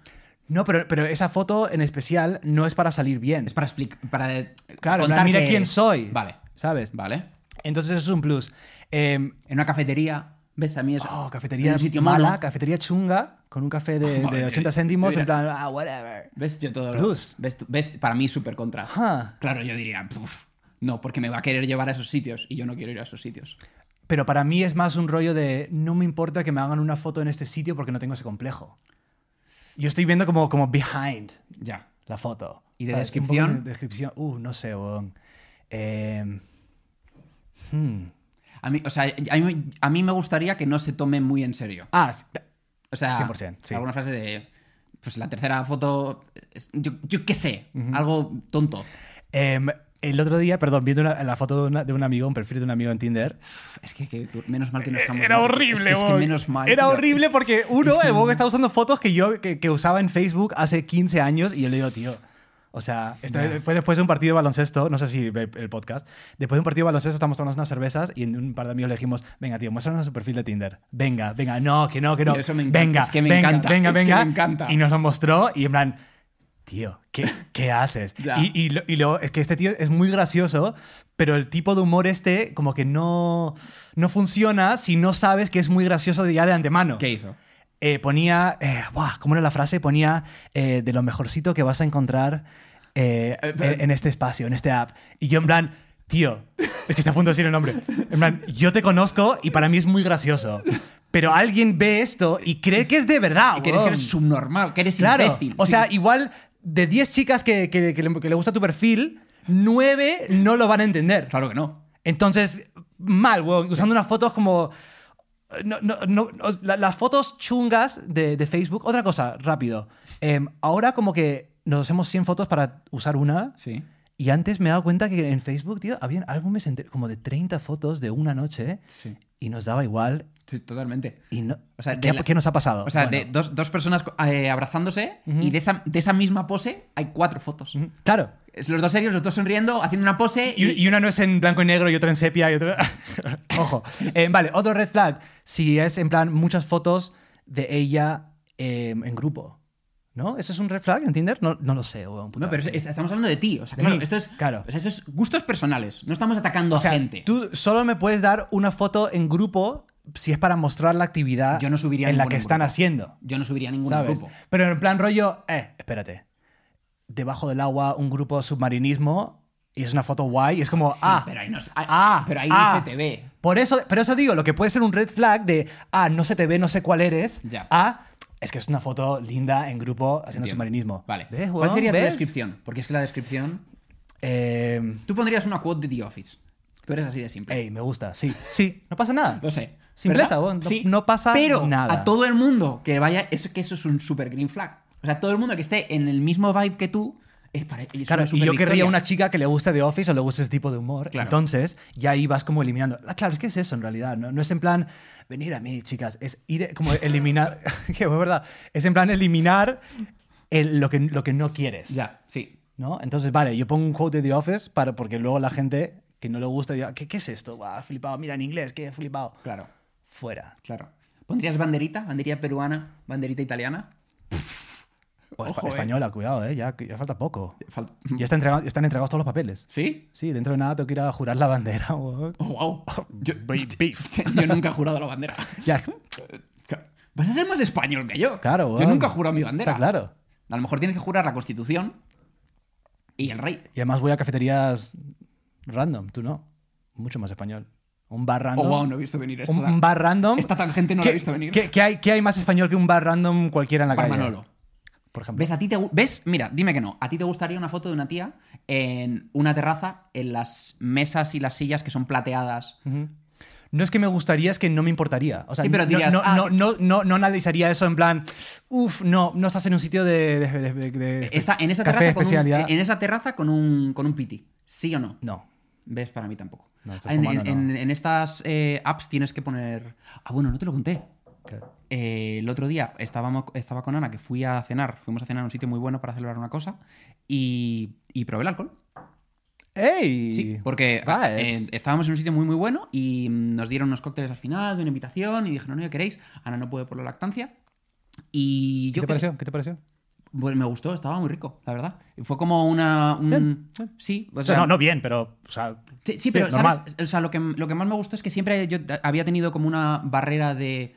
Speaker 3: No, pero, pero esa foto en especial no es para salir bien.
Speaker 2: Es para explicar. Para eh,
Speaker 3: Claro, en plan,
Speaker 2: contar
Speaker 3: mira
Speaker 2: que-
Speaker 3: quién soy.
Speaker 2: Vale.
Speaker 3: ¿Sabes?
Speaker 2: Vale.
Speaker 3: Entonces eso es un plus. Eh,
Speaker 2: En una cafetería. ¿Ves? A mí es.
Speaker 3: oh, cafetería
Speaker 2: en un sitio
Speaker 3: mala,
Speaker 2: mono.
Speaker 3: cafetería chunga, con un café de, de
Speaker 2: Madre,
Speaker 3: 80 céntimos, en
Speaker 2: mira.
Speaker 3: plan, ah, whatever.
Speaker 2: ¿Ves? Yo todo. lo-
Speaker 3: Plus.
Speaker 2: ¿Ves? tú- ¿Ves? Para mí, súper contra.
Speaker 3: Ajá.
Speaker 2: Claro, yo diría. "Puf, no, porque me va a querer llevar a esos sitios y yo no quiero ir a esos sitios.
Speaker 3: Pero para mí es más un rollo de no me importa que me hagan una foto en este sitio porque no tengo ese complejo. Yo estoy viendo como, como behind
Speaker 2: Ya.
Speaker 3: la foto.
Speaker 2: ¿Y de
Speaker 3: ¿sabes? Un poco
Speaker 2: descripción?
Speaker 3: de descripción. Uh, no sé, weón. Eh, hmm.
Speaker 2: A mí, o sea, a mí, a mí me gustaría que no se tome muy en serio.
Speaker 3: Ah, sí,
Speaker 2: O sea,
Speaker 3: 100%, sí.
Speaker 2: alguna frase de. Pues la tercera foto. es- Yo, yo qué sé, algo tonto.
Speaker 3: em, el otro día, perdón, viendo una- la foto de, una- de un amigo, un perfil de un amigo en Tinder,
Speaker 2: Es que, que tú- menos mal que no estamos.
Speaker 3: Eh, Era
Speaker 2: no,
Speaker 3: horrible,
Speaker 2: Es que, es que
Speaker 3: weón.
Speaker 2: menos mal.
Speaker 3: Era
Speaker 2: tío.
Speaker 3: horrible porque uno, el weón está usando fotos que yo que, que usaba en Facebook hace 15 años y yo le digo, tío. O sea, esto
Speaker 2: Ya.
Speaker 3: fue después de un partido de baloncesto, no sé si ve el podcast. Después de un partido de baloncesto estamos tomando unas cervezas y en un par de amigos le dijimos, venga, tío, muéstranos su perfil de Tinder. Venga, venga, no, que no, que no.
Speaker 2: Tío, eso me encanta,
Speaker 3: Venga,
Speaker 2: es que me
Speaker 3: venga,
Speaker 2: encanta,
Speaker 3: venga,
Speaker 2: es que
Speaker 3: venga.
Speaker 2: me encanta.
Speaker 3: Y nos lo mostró y en plan, tío, ¿qué, qué haces?
Speaker 2: Ya.
Speaker 3: y, y, lo- y luego, es que este tío es muy gracioso, pero el tipo de humor este como que no, no funciona si no sabes que es muy gracioso de ya de antemano.
Speaker 2: ¿Qué hizo?
Speaker 3: Eh, ponía, eh, buah, ¿cómo era la frase? Ponía eh, de lo mejorcito que vas a encontrar eh,
Speaker 2: Eh,
Speaker 3: en, en este espacio, en este app. Y yo en plan, tío, es que está a punto de decir el nombre. En plan, yo te conozco y para mí es muy gracioso. Pero alguien ve esto y cree que es de verdad.
Speaker 2: Y que eres, que
Speaker 3: weón.
Speaker 2: eres subnormal, que eres
Speaker 3: Claro.
Speaker 2: imbécil.
Speaker 3: O sea,
Speaker 2: Sí.
Speaker 3: igual de 10 chicas que, que- que le, que le gusta tu perfil, 9 no lo van a entender.
Speaker 2: Claro que no.
Speaker 3: Entonces, mal, weón, usando unas fotos como... No, no, no, os- la- las fotos chungas de, de Facebook. Otra cosa, rápido. Em, ahora como que nos hacemos 100 fotos para usar una.
Speaker 2: Sí.
Speaker 3: Y antes me he dado cuenta que en Facebook, tío, habían álbumes enter- como de 30 fotos de una noche
Speaker 2: Sí.
Speaker 3: y nos daba igual.
Speaker 2: Sí, totalmente.
Speaker 3: Y no,
Speaker 2: O sea,
Speaker 3: ¿qué,
Speaker 2: de la-
Speaker 3: qué nos ha pasado?
Speaker 2: O sea,
Speaker 3: Bueno,
Speaker 2: de dos, dos personas eh, abrazándose y de esa, de esa misma pose hay cuatro fotos.
Speaker 3: mm, Claro.
Speaker 2: Es Los dos serios, los dos sonriendo, haciendo una pose y,
Speaker 3: Y, y una no es en blanco y negro y otra en sepia y otra... Ojo. Eh, vale, otro red flag. Si es en plan muchas fotos de ella eh, en grupo. ¿No? ¿Eso es un red flag en Tinder? No, no lo sé. weón, puta
Speaker 2: No, pero es-
Speaker 3: madre.
Speaker 2: es- estamos hablando de ti. O sea,
Speaker 3: De
Speaker 2: claro,
Speaker 3: mí,
Speaker 2: esto es,
Speaker 3: claro.
Speaker 2: o sea, esto es gustos personales. No estamos atacando
Speaker 3: O sea,
Speaker 2: a gente.
Speaker 3: tú solo me puedes dar una foto en grupo si es para mostrar la actividad
Speaker 2: Yo no subiría
Speaker 3: en la
Speaker 2: ninguna
Speaker 3: que
Speaker 2: en
Speaker 3: están
Speaker 2: grupo.
Speaker 3: haciendo.
Speaker 2: Yo no subiría a ningún
Speaker 3: ¿sabes?
Speaker 2: grupo.
Speaker 3: Pero en plan rollo, eh, espérate. Debajo del agua, un grupo submarinismo y es una foto guay. y es como,
Speaker 2: Sí,
Speaker 3: ah,
Speaker 2: pero ahí no, se- ah,
Speaker 3: ah,
Speaker 2: pero ahí
Speaker 3: ah.
Speaker 2: no se te ve.
Speaker 3: Por eso, pero eso digo, lo que puede ser un red flag de, ah, no se te ve, no sé cuál eres,
Speaker 2: Ya.
Speaker 3: ah, es que es una foto linda en grupo haciendo
Speaker 2: Entiendo.
Speaker 3: submarinismo.
Speaker 2: Vale.
Speaker 3: ¿Ves,
Speaker 2: ¿Cuál
Speaker 3: weón?
Speaker 2: sería tu
Speaker 3: ¿Ves?
Speaker 2: descripción? Porque es que la descripción.
Speaker 3: Eh,
Speaker 2: Tú pondrías una quote de The Office. Tú eres así de simple.
Speaker 3: ey, me gusta, sí, sí, no pasa nada.
Speaker 2: Lo sé.
Speaker 3: Simpleza,
Speaker 2: ¿verdad?
Speaker 3: weón, no-
Speaker 2: Sí,
Speaker 3: no pasa
Speaker 2: pero
Speaker 3: nada.
Speaker 2: A todo el mundo que vaya, es que eso es un super green flag. O sea, todo el mundo que esté en el mismo vibe que tú es para es una
Speaker 3: Claro, y yo
Speaker 2: supervictoria.
Speaker 3: querría una chica que le guste The Office o le guste ese tipo de humor.
Speaker 2: Claro.
Speaker 3: Entonces, ya ahí vas como eliminando. Ah, claro, es que es eso en realidad. No, No es en plan, venir a mí, chicas. Es ir e, como eliminar. que es verdad. Es en plan eliminar el- lo, que, lo que no quieres.
Speaker 2: Ya, sí.
Speaker 3: ¿no? Entonces, vale, yo pongo un quote de The Office para, porque luego la gente que no le gusta diga, ¿qué, qué es esto? Guau, flipado. Mira en inglés, qué flipado.
Speaker 2: Claro,
Speaker 3: Fuera.
Speaker 2: claro. ¿Pondrías banderita? ¿Banderita peruana? ¿Banderita italiana?
Speaker 3: O
Speaker 2: Ojo,
Speaker 3: espa-
Speaker 2: eh. Mm.
Speaker 3: española, cuidado, eh, ya, ya falta poco.
Speaker 2: Fal-
Speaker 3: Ya está entrega- están entregados todos los papeles.
Speaker 2: ¿Sí?
Speaker 3: Sí, dentro de nada tengo que ir a jurar la bandera. weón.
Speaker 2: Oh, wow. Yo,
Speaker 3: Beef.
Speaker 2: yo nunca he jurado la bandera.
Speaker 3: Ya,
Speaker 2: Vas a ser más español que yo.
Speaker 3: Claro,
Speaker 2: Yo
Speaker 3: weón.
Speaker 2: nunca he jurado mi bandera.
Speaker 3: Está claro.
Speaker 2: A lo mejor tienes que jurar la Constitución y el rey.
Speaker 3: Y además voy a cafeterías random, tú no. Mucho más español. Un bar
Speaker 2: Oh,
Speaker 3: random.
Speaker 2: wow, no he visto venir esto.
Speaker 3: un, un bar random.
Speaker 2: Esta tangente no la
Speaker 3: ¿Qué-
Speaker 2: he visto venir.
Speaker 3: ¿qué, qué hay, qué hay más español que un bar random cualquiera en la
Speaker 2: Bar
Speaker 3: calle?
Speaker 2: Manolo.
Speaker 3: Por ejemplo.
Speaker 2: ¿Ves? A ti te gu- ¿Ves? Mira, dime que no. ¿A ti te gustaría una foto de una tía en una terraza, en las mesas y las sillas que son plateadas?
Speaker 3: No es que me gustaría, es que no me importaría. O sea,
Speaker 2: Sí, pero
Speaker 3: no-
Speaker 2: dirías,
Speaker 3: no,
Speaker 2: ah,
Speaker 3: no, no, no- no analizaría eso en plan, uff, no, no estás en un sitio de, de- de- de- de-
Speaker 2: Esta- en, esa
Speaker 3: café
Speaker 2: terraza
Speaker 3: de
Speaker 2: con un,
Speaker 3: especialidad.
Speaker 2: en esa terraza con un, con un piti. ¿Sí o no?
Speaker 3: No.
Speaker 2: ¿Ves? Para mí tampoco.
Speaker 3: No, estás
Speaker 2: Ah, en,
Speaker 3: fumando,
Speaker 2: en-
Speaker 3: no.
Speaker 2: en estas eh, apps tienes que poner. Ah, bueno, no te lo conté. Eh, el otro día estábamos, estaba con Ana que fui a cenar. Fuimos a cenar a un sitio muy bueno para celebrar una cosa y, y probé el alcohol.
Speaker 3: ¡Ey!
Speaker 2: Sí, porque
Speaker 3: Va,
Speaker 2: ah,
Speaker 3: es-
Speaker 2: eh, estábamos en un sitio muy muy bueno y mm, nos dieron unos cócteles al final, de una invitación y dijeron, no, no, queréis, Ana no puede por la lactancia. Y yo qué
Speaker 3: ¿Qué te
Speaker 2: sé,
Speaker 3: pareció? ¿Qué te pareció?
Speaker 2: bueno, me gustó, estaba muy rico, la verdad. Y Fue como una... un-
Speaker 3: Bien,
Speaker 2: Sí, o
Speaker 3: O sea,
Speaker 2: sea,
Speaker 3: no, no bien, pero, o sea,
Speaker 2: Sí, sí, pero
Speaker 3: bien,
Speaker 2: ¿sabes?
Speaker 3: normal.
Speaker 2: O sea, lo, que, lo que más me gustó es que siempre yo t- había tenido como una barrera de...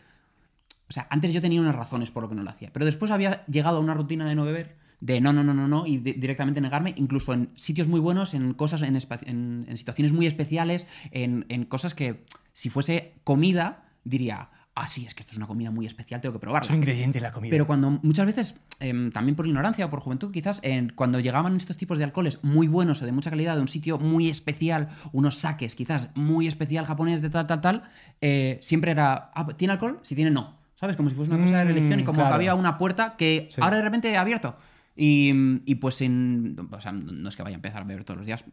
Speaker 2: O sea, antes yo tenía unas razones por lo que no lo hacía, pero después había llegado a una rutina de no beber, de no, no, no, no, no, y de- directamente negarme, incluso en sitios muy buenos, en cosas, en, espa- en, en situaciones muy especiales, en, en cosas que si fuese comida, diría, ah, sí, es que esto es una comida muy especial, tengo que probarla.
Speaker 3: es un ingrediente en la comida.
Speaker 2: Pero cuando muchas veces, em, también por ignorancia o por juventud, quizás, en- cuando llegaban estos tipos de alcoholes muy buenos o de mucha calidad, de un sitio muy especial, unos saques quizás muy especial japonés de tal, tal, tal, eh, siempre era, "Ah, ¿tiene alcohol? Si tiene, no. ¿Sabes? Como si fuese una cosa de
Speaker 3: Mm,
Speaker 2: religión y como
Speaker 3: claro.
Speaker 2: que había una puerta que
Speaker 3: Sí.
Speaker 2: ahora de repente ha abierto. Y, y pues en, o sea, no es que vaya a empezar a beber todos los días,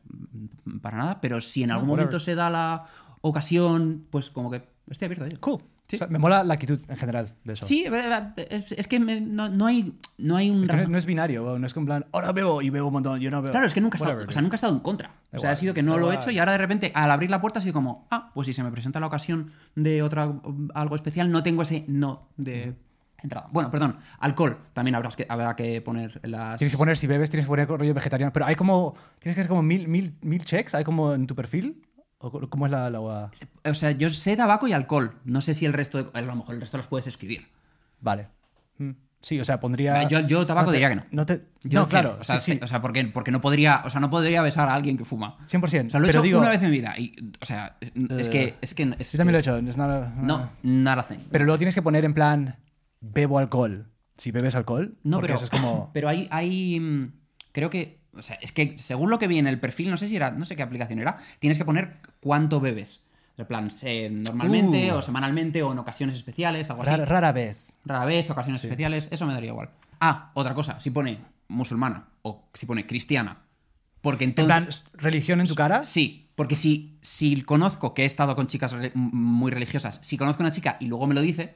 Speaker 2: mm, para nada, pero si en algún
Speaker 3: whatever.
Speaker 2: momento se da la ocasión, pues como que estoy abierto a ello.
Speaker 3: Cool.
Speaker 2: Sí.
Speaker 3: O sea, me mola la actitud en general de eso.
Speaker 2: Sí, eh, es, es que me- no, no hay, no hay un...
Speaker 3: Es que no,
Speaker 2: razón-
Speaker 3: no es binario, weón, no es que en plan, ahora bebo y bebo un montón, yo no bebo.
Speaker 2: Claro, es que nunca he, estado,
Speaker 3: Whatever,
Speaker 2: o sea,
Speaker 3: dude.
Speaker 2: nunca he estado en contra. o sea,
Speaker 3: igual,
Speaker 2: ha sido que
Speaker 3: da
Speaker 2: no lo he
Speaker 3: igual.
Speaker 2: hecho y ahora de repente al abrir la puerta ha sido como, ah, pues si se me presenta la ocasión de otra algo especial, no tengo ese no de entrada. Bueno, perdón, alcohol también habrás que, habrá que poner las...
Speaker 3: Tienes que poner, si bebes, tienes que poner rollo vegetariano. Pero hay como, tienes que hacer como mil, mil, mil checks, hay como en tu perfil. ¿O co- cómo es la, la la-
Speaker 2: Eh, O sea, yo sé tabaco y alcohol, no sé si el resto, de- a lo mejor el resto los puedes escribir.
Speaker 3: Vale. Mm. Sí, o sea, pondría...
Speaker 2: Vale, yo- yo tabaco
Speaker 3: te-
Speaker 2: diría que no.
Speaker 3: No, te...
Speaker 2: Yo
Speaker 3: no
Speaker 2: decía,
Speaker 3: claro,
Speaker 2: o sea,
Speaker 3: sí, sí,
Speaker 2: o sea, porque, porque no podría, o sea, no podría besar a alguien que fuma.
Speaker 3: 100%.
Speaker 2: O sea, lo he
Speaker 3: pero
Speaker 2: hecho
Speaker 3: digo,
Speaker 2: una vez en mi vida y, o sea, es, es que... Es que es-
Speaker 3: Yo también lo he hecho. it's not a-
Speaker 2: No, nada hacen.
Speaker 3: Pero luego tienes que poner en plan, bebo alcohol. Si bebes alcohol,
Speaker 2: No,
Speaker 3: porque
Speaker 2: pero,
Speaker 3: eso es como...
Speaker 2: pero hay, hay. mm, Creo que. O sea, es que según lo que vi en el perfil, no sé si era. No sé qué aplicación era. Tienes que poner cuánto bebes. En plan, eh, normalmente o semanalmente o en ocasiones especiales, algo
Speaker 3: Uh. Rara,
Speaker 2: así.
Speaker 3: rara vez.
Speaker 2: Rara vez, ocasiones especiales, eso me daría igual. Ah, otra cosa, si pone musulmana o si pone cristiana, porque
Speaker 3: En
Speaker 2: entonces...
Speaker 3: plan, religión en tu cara.
Speaker 2: Sí, porque si, si conozco que he estado con chicas re- m- muy religiosas, si conozco a una chica y luego me lo dice,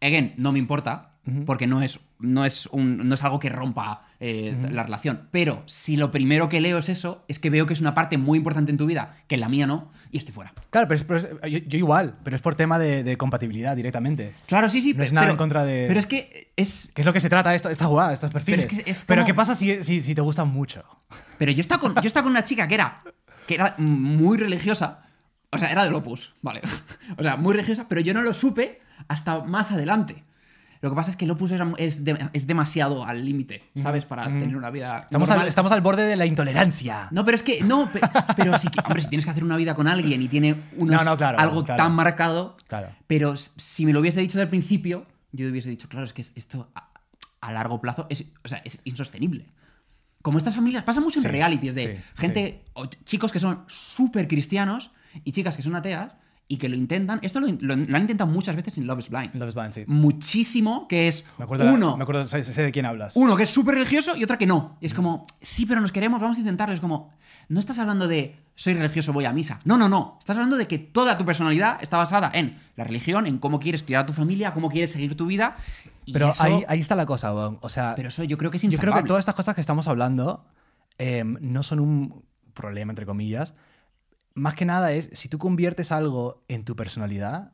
Speaker 2: again, no me importa, porque no es, no es, un- no es algo que rompa eh, la relación. Pero si lo primero que leo es eso, es que veo que es una parte muy importante en tu vida, que en la mía no, y estoy fuera.
Speaker 3: Claro, pero, es- pero es- yo, yo igual, pero es por tema de, de compatibilidad directamente.
Speaker 2: Claro, sí, sí.
Speaker 3: No
Speaker 2: pe-
Speaker 3: es nada
Speaker 2: pero-
Speaker 3: en contra de-
Speaker 2: Pero es que es...
Speaker 3: ¿Qué es lo que se trata esto, esta jugada, estos perfiles?
Speaker 2: Pero es que es
Speaker 3: Pero
Speaker 2: como-
Speaker 3: ¿qué pasa si, si, si te gustan mucho?
Speaker 2: Pero yo estaba con, yo estaba con una chica que era, que era muy religiosa. O sea, era del Opus, vale. O sea, muy religiosa, pero yo no lo supe hasta más adelante. Lo que pasa es que el Opus era- es, de- es demasiado al límite, ¿sabes? Para tener una vida.
Speaker 3: Mm. Estamos, al,
Speaker 2: normal.
Speaker 3: estamos al borde de la intolerancia.
Speaker 2: No, pero es que. No, pe- pero sí que. Hombre, si tienes que hacer una vida con alguien y tiene unos-
Speaker 3: No, no, claro,
Speaker 2: algo
Speaker 3: claro.
Speaker 2: tan marcado.
Speaker 3: Claro.
Speaker 2: Pero s- si me lo hubiese dicho del principio, yo hubiese dicho, claro, es que es- esto a, a largo plazo es, o sea, es insostenible. Como estas familias, pasa mucho en
Speaker 3: Sí,
Speaker 2: realities de
Speaker 3: sí,
Speaker 2: gente, o ch- chicos que son súper cristianos y chicas que son ateas y que lo intentan. Esto lo, in- lo- lo han intentado muchas veces en Love is Blind.
Speaker 3: Love is Blind, sí.
Speaker 2: Muchísimo que es
Speaker 3: Me acuerdo, de la-
Speaker 2: Mm. uno,
Speaker 3: me acuerdo sé, sé de quién hablas.
Speaker 2: uno que es súper religioso y otra que no. Y es como, sí, pero nos queremos, vamos a intentarlo. Es como, no estás hablando de soy religioso, voy a misa. No, no, no. Estás hablando de que toda tu personalidad está basada en la religión, en cómo quieres criar a tu familia, cómo quieres seguir tu vida. Y
Speaker 3: Pero
Speaker 2: eso,
Speaker 3: ahí, ahí está la cosa, Bon. O sea,
Speaker 2: pero eso yo creo que es
Speaker 3: yo creo
Speaker 2: insalvable.
Speaker 3: que todas estas cosas que estamos hablando em, no son un problema, entre comillas. Más que nada es, si tú conviertes algo en tu personalidad,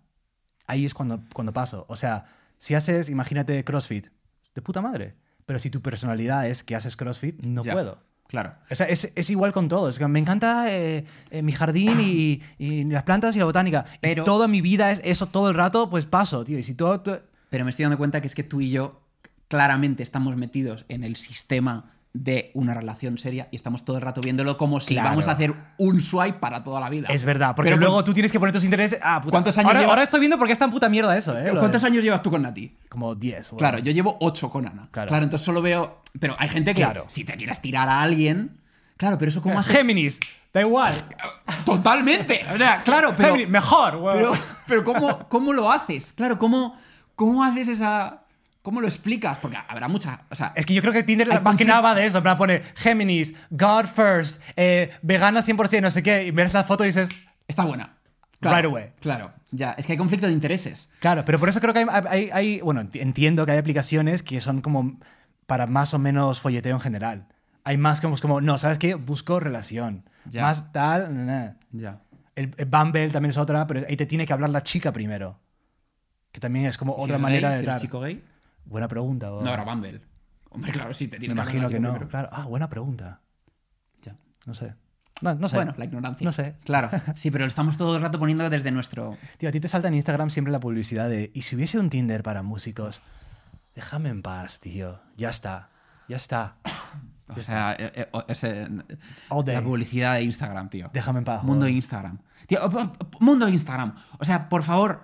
Speaker 3: ahí es cuando, cuando paso. O sea, si haces, imagínate, CrossFit, de puta madre. Pero si tu personalidad es que haces CrossFit, no
Speaker 2: Ya,
Speaker 3: puedo.
Speaker 2: Claro.
Speaker 3: O sea, es, es igual con todo. Es que me encanta eh, eh, mi jardín y, y las plantas y la botánica. Y
Speaker 2: Pero-
Speaker 3: toda mi vida es eso todo el rato, pues paso, tío. Y si todo... todo-
Speaker 2: Pero me estoy dando cuenta que es que tú y yo claramente estamos metidos en el sistema de una relación seria y estamos todo el rato viéndolo como si
Speaker 3: Claro.
Speaker 2: vamos a hacer un swipe para toda la vida.
Speaker 3: Es verdad, porque
Speaker 2: Pero
Speaker 3: luego
Speaker 2: con-
Speaker 3: tú tienes que poner tus intereses. Ah, puta.
Speaker 2: ¿Cuántos años
Speaker 3: ahora,
Speaker 2: lleva-
Speaker 3: ahora estoy viendo por qué es tan puta mierda eso, ¿eh? Lo de-
Speaker 2: ¿Cuántos años llevas tú con Nati?
Speaker 3: Como 10. bueno.
Speaker 2: Claro, yo llevo 8 con Ana.
Speaker 3: Claro.
Speaker 2: Claro. entonces solo veo. Pero hay gente que,
Speaker 3: Claro.
Speaker 2: si te quieres tirar a alguien. Claro, pero eso como haces.
Speaker 3: Géminis, da igual.
Speaker 2: Totalmente. O sea, claro, pero.
Speaker 3: Géminis, mejor, weón.
Speaker 2: Pero, pero ¿cómo, ¿cómo lo haces? Claro, ¿cómo, ¿cómo haces esa. ¿Cómo lo explicas? Porque habrá mucha. O sea,
Speaker 3: Es que yo creo que Tinder
Speaker 2: Hay
Speaker 3: más que
Speaker 2: conce-
Speaker 3: nada va de eso, en plan pone Géminis, God first, eh, vegana 100%, no sé qué, y ves la foto y dices,
Speaker 2: está buena.
Speaker 3: Right
Speaker 2: Claro,
Speaker 3: away.
Speaker 2: Claro, ya. Es que hay conflicto de intereses.
Speaker 3: Claro, pero por eso creo que hay, hay- hay- bueno, enti- entiendo que hay aplicaciones que son como para más o menos folleteo en general. Hay más como, como no, ¿sabes qué? Busco relación.
Speaker 2: Ya.
Speaker 3: Más tal. na, na.
Speaker 2: Ya.
Speaker 3: El, el Bumble también es otra, pero ahí te tiene que hablar la chica primero. Que también es como
Speaker 2: ¿Si
Speaker 3: otra
Speaker 2: eres
Speaker 3: manera
Speaker 2: gay?
Speaker 3: de
Speaker 2: ¿Si eres
Speaker 3: dar.
Speaker 2: chico gay?
Speaker 3: Buena pregunta. o-
Speaker 2: No, era Bumble. Hombre, claro, sí, te
Speaker 3: Me
Speaker 2: tiene hablar
Speaker 3: imagino
Speaker 2: chico
Speaker 3: que no.
Speaker 2: primero.
Speaker 3: Claro. Ah, buena pregunta.
Speaker 2: Ya.
Speaker 3: No sé. No, no sé.
Speaker 2: Bueno, la ignorancia.
Speaker 3: No sé.
Speaker 2: Claro. Sí, pero lo estamos todo el rato poniendo desde nuestro.
Speaker 3: Tío, a ti te salta en Instagram siempre la publicidad de ¿y si hubiese un Tinder para músicos? Déjame en paz, tío. Ya está. Ya está.
Speaker 2: O sea, eh, eh, o- ese-
Speaker 3: All day.
Speaker 2: la publicidad de Instagram, tío.
Speaker 3: Déjame en paz.
Speaker 2: Mundo
Speaker 3: joder.
Speaker 2: Instagram. Tío, op- op- op- mundo Instagram. O sea, por favor,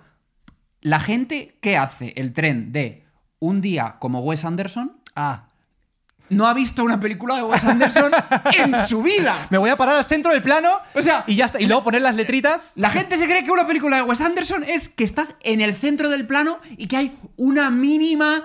Speaker 2: la gente que hace el tren de un día como Wes Anderson
Speaker 3: Ah,
Speaker 2: no ha visto una película de Wes Anderson en su vida.
Speaker 3: me voy a parar al centro del plano
Speaker 2: O sea,
Speaker 3: y ya está. Y luego poner las letritas.
Speaker 2: La gente se cree que una película de Wes Anderson es que estás en el centro del plano y que hay una mínima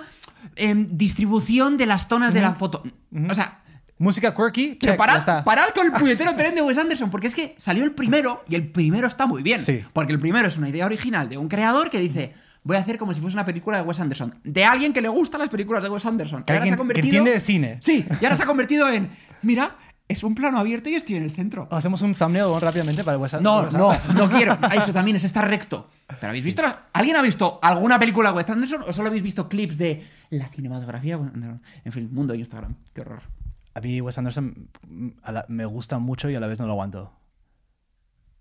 Speaker 2: em, distribución de las zonas de la foto. O sea,
Speaker 3: Música quirky.
Speaker 2: Pero
Speaker 3: check, ya
Speaker 2: parad,
Speaker 3: está.
Speaker 2: parad con el puñetero tren de Wes Anderson, porque es que salió el primero y el primero está muy bien.
Speaker 3: Sí.
Speaker 2: Porque el primero es una idea original de un creador que dice: Voy a hacer como si fuese una película de Wes Anderson. De alguien que le gustan las películas de Wes Anderson.
Speaker 3: Que
Speaker 2: ahora
Speaker 3: alguien
Speaker 2: se ha
Speaker 3: que
Speaker 2: convertido.
Speaker 3: entiende de cine.
Speaker 2: Sí, y ahora se ha convertido en: Mira, es un plano abierto y estoy en el centro.
Speaker 3: Hacemos un thumbnail Bon, rápidamente para WhatsApp.
Speaker 2: No,
Speaker 3: WhatsApp.
Speaker 2: no, no quiero. Ah, Eso también es estar recto. Pero habéis visto. la- ¿Alguien ha visto alguna película de Wes Anderson o solo habéis visto clips de la cinematografía? de Wes Anderson? En fin, mundo de Instagram. Qué horror.
Speaker 3: A mí Wes Anderson mm, a la- me gusta mucho y a la vez no lo aguanto.